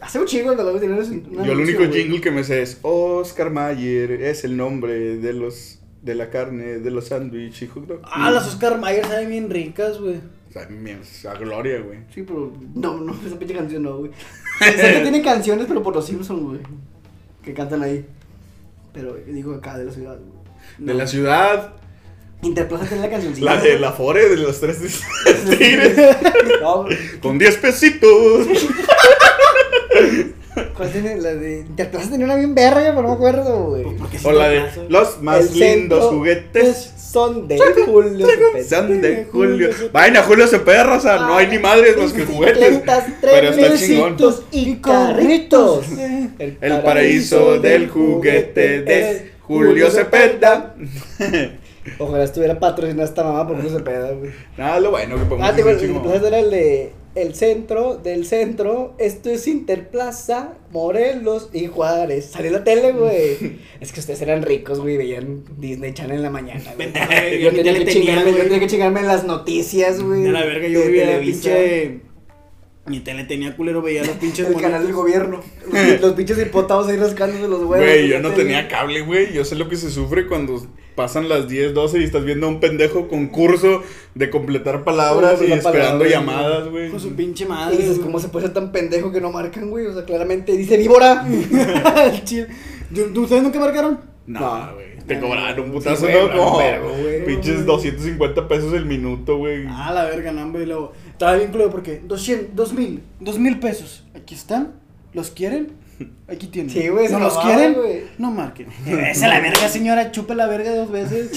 Hace un chingo cuando tener
Yo el único jingle que me sé es Oscar Mayer, es el nombre de los de la carne, de los sándwiches y hot dog.
Ah, las Oscar Mayer saben bien ricas, güey.
O sea, mía, a gloria, güey.
Sí, pero. No, no, esa pinche canción no, güey. sé que tiene canciones, pero por los Simpsons, güey. Que cantan ahí. Pero yo digo acá de la ciudad, güey.
De la ciudad,
Interplaza tiene la cancioncilla.
la de la Fore, de los tres tigres.
No, güey.
Con 10 pesitos.
¿Cuál tiene? La de Interplaza tenía una bien verga, pero no me acuerdo, güey.
Porque sí
O
te
la
pasa,
de
güey.
los más lindos
El centro
juguetes.
Son de Julio. Cepeda.
Son de
Julio
Julio.
Cepeda.
Vaina, Julio se raza. No hay ni madres más que juguetes. Pero está chingón.
y carritos.
El paraíso del juguete de Julio Cepeda.
Ojalá estuviera patrocinada esta mamá por Julio Cepeda, güey.
Nada, lo bueno que podemos
Ah, te digo,
hacer
el
chingón.
Interplaza era el de el centro, del centro, esto es Interplaza, Morelos y Juárez. Salió en la tele, güey. es que ustedes eran ricos, güey, veían Disney Channel en la mañana, güey.
Vente, güey, yo
Yo
ni
tenía
tele
que
tenía,
chingarme, yo
güey.
tenía que chingarme las noticias, güey.
De la verga, yo
de
vivía la
Televisa.
pinche. Mi tele tenía culero, veía los pinches
El canal
monitos.
del gobierno. Los, los pinches hipotados ahí rascándose los huevos.
Güey, yo no tenía cable, güey. Yo sé lo que se sufre cuando pasan las 10, 12 y estás viendo a un pendejo con curso de completar palabras
Completar
y esperando
palabras,
llamadas, güey.
Con su pinche
Y
madre.
dices,
güey.
¿cómo se puede ser tan pendejo que no marcan, güey? O sea, claramente dice víbora.
Al chile. ¿Yo- tú- ¿Ustedes nunca marcaron?
No, güey. Te cobraron un putazo,
güey,
¿no?
cobraron
Como
un vergo, güey.
pinches 250 pesos el minuto, güey.
Ah, la verga, no, hombre. Y luego, estaba bien culero porque 200, 2000, 2000 pesos. Aquí están. ¿Los quieren? Aquí tienen.
Sí, güey,
¿No
se
los
mamaron,
quieren?
güey.
No marquen. Esa la verga, señora. Chupe la verga dos veces.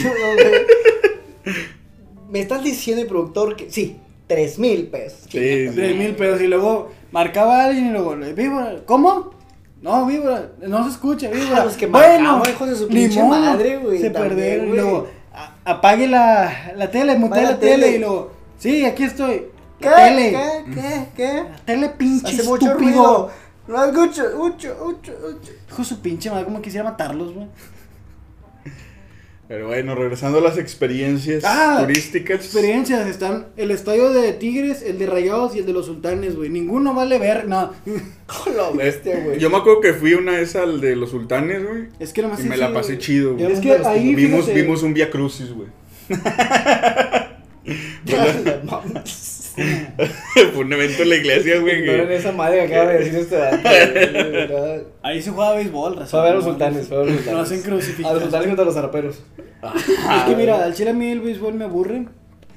Me estás diciendo, el productor, que sí, tres mil pesos.
Sí,
Tres
sí.
mil pesos. Y luego marcaba a alguien y luego, víbora. ¿Cómo? No, víbora. No se escucha, víbora.
Ah, los que marcaban, hijos de su
ni
pinche
modo,
madre, güey,
Se
también,
perdieron. Y
güey.
luego, a- apague la, la tele, mutea
Apaga
la,
la
tele.
tele.
Y luego, sí, aquí estoy.
¿Qué?
La tele.
Mm.
¿Qué? ¿Qué? ¿Qué?
La tele, pinche
Hace mucho
estúpido.
ruido. No escucho, mucho, mucho, mucho.
Hijo de su pinche madre, como quisiera matarlos, güey.
Pero bueno, regresando a las experiencias
Ah,
turísticas.
Experiencias, están el estadio de Tigres, el de Rayados y el de los Sultanes, güey. Ninguno vale ver, no.
Lo
Eh,
bestia, güey.
Yo me acuerdo que fui una vez al de los sultanes, güey.
Es que nomás
Y
Ah, sí,
me la
sí,
pasé
güey.
chido, güey.
Es que ahí
Vimos,
fíjate,
vimos un Via Crucis, güey.
No mames.
Fue un evento en la iglesia, güey.
No era
que-
esa madre que acaba de decir este dato.
Ahí se juega béisbol, razón.
Fue a ver a los sultanes, fue a ver a los
No hacen
sultanes.
crucifijo.
A los sultanes contra los zaraperos.
Es que mira, al chile a mí el béisbol me aburre.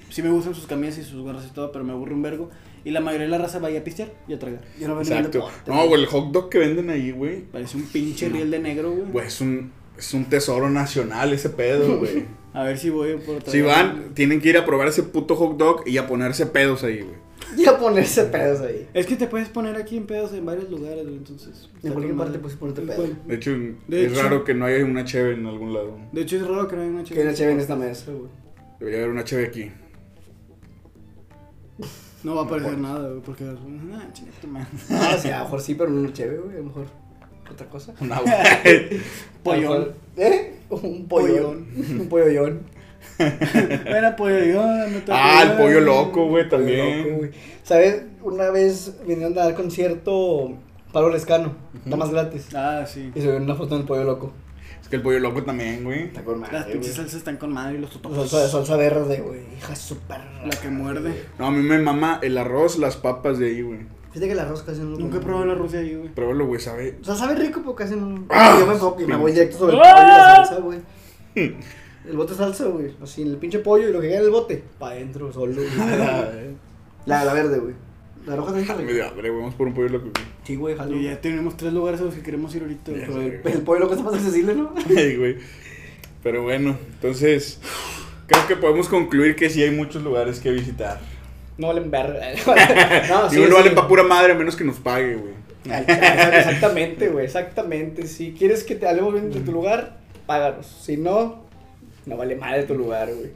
Sí me gustan sus camisas y sus gorras y todo, pero me aburre un vergo. Y la mayoría de la raza vaya a pistear y a tragar. Yo no veo ningún
Exacto.
deporte.
No, güey, el hot dog que venden ahí, güey.
Parece un pinche riel de negro, güey.
Güey, es un, es un tesoro nacional ese pedo, güey.
A ver si voy por
si van, tienen que ir a probar ese puto hot dog y a ponerse pedos ahí, güey.
Ya ponerse pedos ahí.
Es que te puedes poner aquí en pedos en varios lugares, güey, entonces.
En cualquier parte puedes
puedes
ponerte pedo.
De hecho,
De
es
hecho.
raro que no haya una cheve en algún lado.
De hecho, es raro que no haya una
Que hay
chica.
una chévere en esta mesa, güey.
Debería haber una cheve aquí.
No pues. va a aparecer nada, güey, porque. Ah, chinga tu madre.
Ah, sí, a lo mejor sí, pero no chévere, güey. A lo mejor otra cosa.
Una güey.
Pollón.
¿Eh? Un pollón. Un pollollón.
Era pollón, no te
ah, el pollo
acuerdas.
loco, güey,
Loco,
también.
güey. ¿Sabes? Una vez vinieron a dar concierto Pablo Lescano, nada más gratis.
Ah, sí.
Y se vieron una foto del pollo loco.
Es que el pollo loco también, güey.
Está con madre,
Las pinches
güey.
salsas están con madre y los totopos.
Salsa, salsa verde, güey. Hija super.
La que muerde.
No, a mí me mama el arroz, las papas de ahí, güey.
Fíjate que la arroz casi no lo
Nunca he
como.
probado la Rusia ahí, güey.
Pruébalo, güey, sabe.
O sea, sabe rico, pero casi no.
Ah.
yo me enfoco y me Ah. voy directo sobre el pollo y la salsa, güey. El bote de salsa, güey. Así, el pinche pollo y lo que queda en el bote. Pa' adentro, solo. güey. la, la verde, güey. La roja también está
Me
rica.
dio hambre, güey, vamos por un pollo loco. güey.
Sí, güey, jalo.
Y ya tenemos tres lugares a los que queremos ir ahorita.
Ya
güey.
sé.
El, el pollo loco está más accesible, ¿no?
Ay, güey. Pero bueno, entonces creo que podemos concluir que sí hay muchos lugares que visitar.
No valen verga. no,
Digo, no valen pa' pura madre a menos que nos pague, güey.
Ay, claro, Exactamente, güey, exactamente. Si quieres que te hablemos bien de tu lugar, páganos. Si no, no vale madre tu lugar, güey.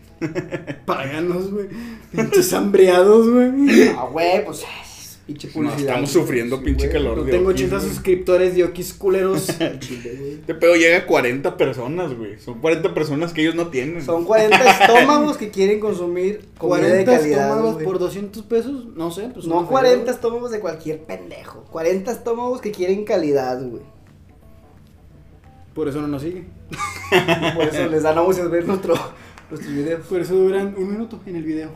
Paganos, güey. Pinches hambreados, güey.
Ah, güey, pues es pinche
No,
publicidad.
estamos
güey.
sufriendo
Sí,
pinche
güey.
calor.
No
de
tengo
Oquis,
80
güey.
suscriptores de Oquis culeros.
Al chile, güey.
Este pedo llega a 40 personas, güey. Son 40 personas que ellos no tienen.
Son 40 estómagos que quieren consumir comida
40
de calidad,
estómagos
güey.
por 200 pesos. No sé, pues.
No
sé,
40 estómagos de cualquier pendejo. 40 estómagos que quieren calidad, güey.
güey. Por eso no nos siguen.
Por eso les dan abusos ver nuestro, nuestros videos.
Por eso duran un minuto en el video.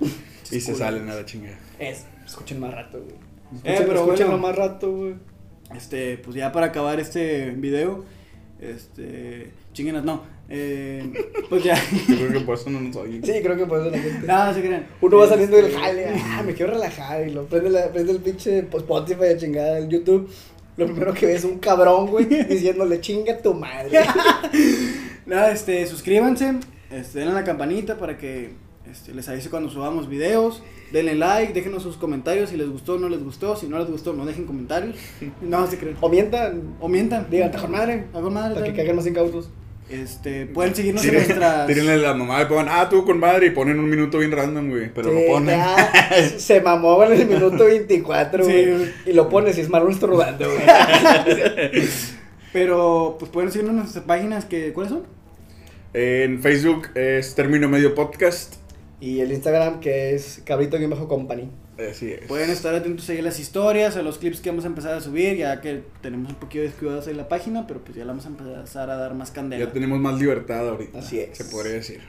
y se salen a la chingada.
Es, escuchen más rato, güey.
Eh, pero
escúchenlo
bueno.
más rato, güey.
Este, pues ya para acabar este video, este, chinguenas, no, eh, pues ya,
Yo creo que por eso no nos oyen.
Sí, creo que por eso la gente.
nada, se crean.
Uno va saliendo del
Este,
jale, ah, me quiero relajar, y lo prende, la, prende el pinche pues, Spotify a chingada el YouTube. Lo primero que ves es un cabrón, güey, diciéndole chinga tu madre.
Nada, este, suscríbanse, este, denle a la campanita para que este, les avise cuando subamos videos, denle like, déjenos sus comentarios si les gustó o no les gustó, si no les gustó no dejen comentarios, no, se crean.
O mientan,
O mientan,
digan, "Ta con madre",
"Ta con madre,
para que
tal.
caguen más incautos.
Este, pueden seguirnos en
Tíren-
nuestras...
Tírenle la mamá y pongan, ah, tú con madre. Y ponen un minuto bien random, güey. Pero lo ponen.
se mamó en el minuto 24,
Sí,
güey.
güey.
y lo pones y es Marlon estorbando, güey.
Pero, pues pueden seguirnos en nuestras páginas que, ¿cuáles son?
En Facebook es Término Medio Podcast.
Y el Instagram que es cabrito-company.
Así es.
Pueden estar atentos ahí a las historias, a los clips que vamos a empezar a subir, ya que tenemos un poquito descuidados ahí la página, pero pues ya la vamos a empezar a dar más candela.
Ya tenemos más libertad ahorita.
Así es.
Se podría decir.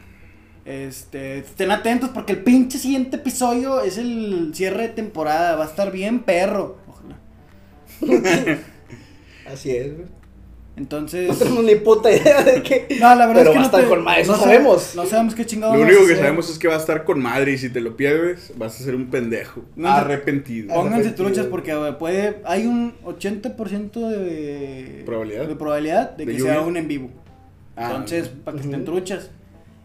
Este, estén atentos porque el pinche siguiente episodio es el cierre de temporada, va a estar bien perro. Ojalá.
Así es, güey. No
Entonces,
tenemos ni puta idea de qué.
no, la verdad
Pero
es que
va a
no
estar
te-
con madre, eso
no sab-
sabemos.
No sabemos qué chingados
Lo
vamos a
único que
hacer.
sabemos es que va a estar con madre y si te lo pierdes vas a ser un pendejo.
No,
arrepentido.
Ponga-
Pónganse
Arrepentido.
truchas porque a ver, puede hay un 80% de
¿Probabilidad?
de probabilidad de
¿De
que
lluvia?
sea un en vivo.
Ah,
Entonces, para que estén
Ujú.
truchas.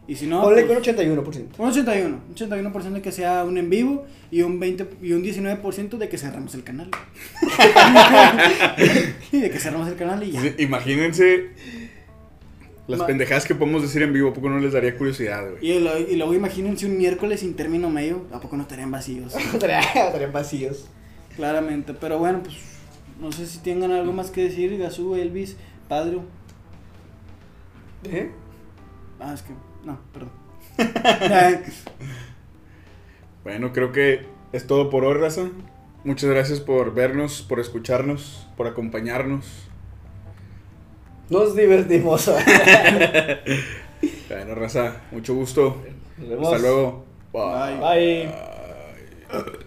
Y si no,
Ponle con
pues,
81%.
un 81, un 81% de que sea un en vivo y un 20 y un 19% de que cerramos el canal. y de que cerramos el canal y ya.
Sí, Imagínense las
Ma-
pendejadas que podemos decir en vivo, ¿a poco no les daría curiosidad, güey?
Y, lo- y luego imagínense un miércoles sin término medio, ¿a poco no estarían vacíos?
Estarían vacíos.
Claramente, pero bueno, pues no sé si tengan algo más que decir, Gazú, Elvis, Padre.
¿Eh?
Ah, es que. No, perdón. Ya,
Bueno, creo que es todo por hoy, raza. Muchas gracias por vernos, por escucharnos, por acompañarnos.
Nos divertimos. Nos
Bueno, raza, mucho gusto.
vemos.
Hasta luego. Bye.
Bye.
Bye.
Bye.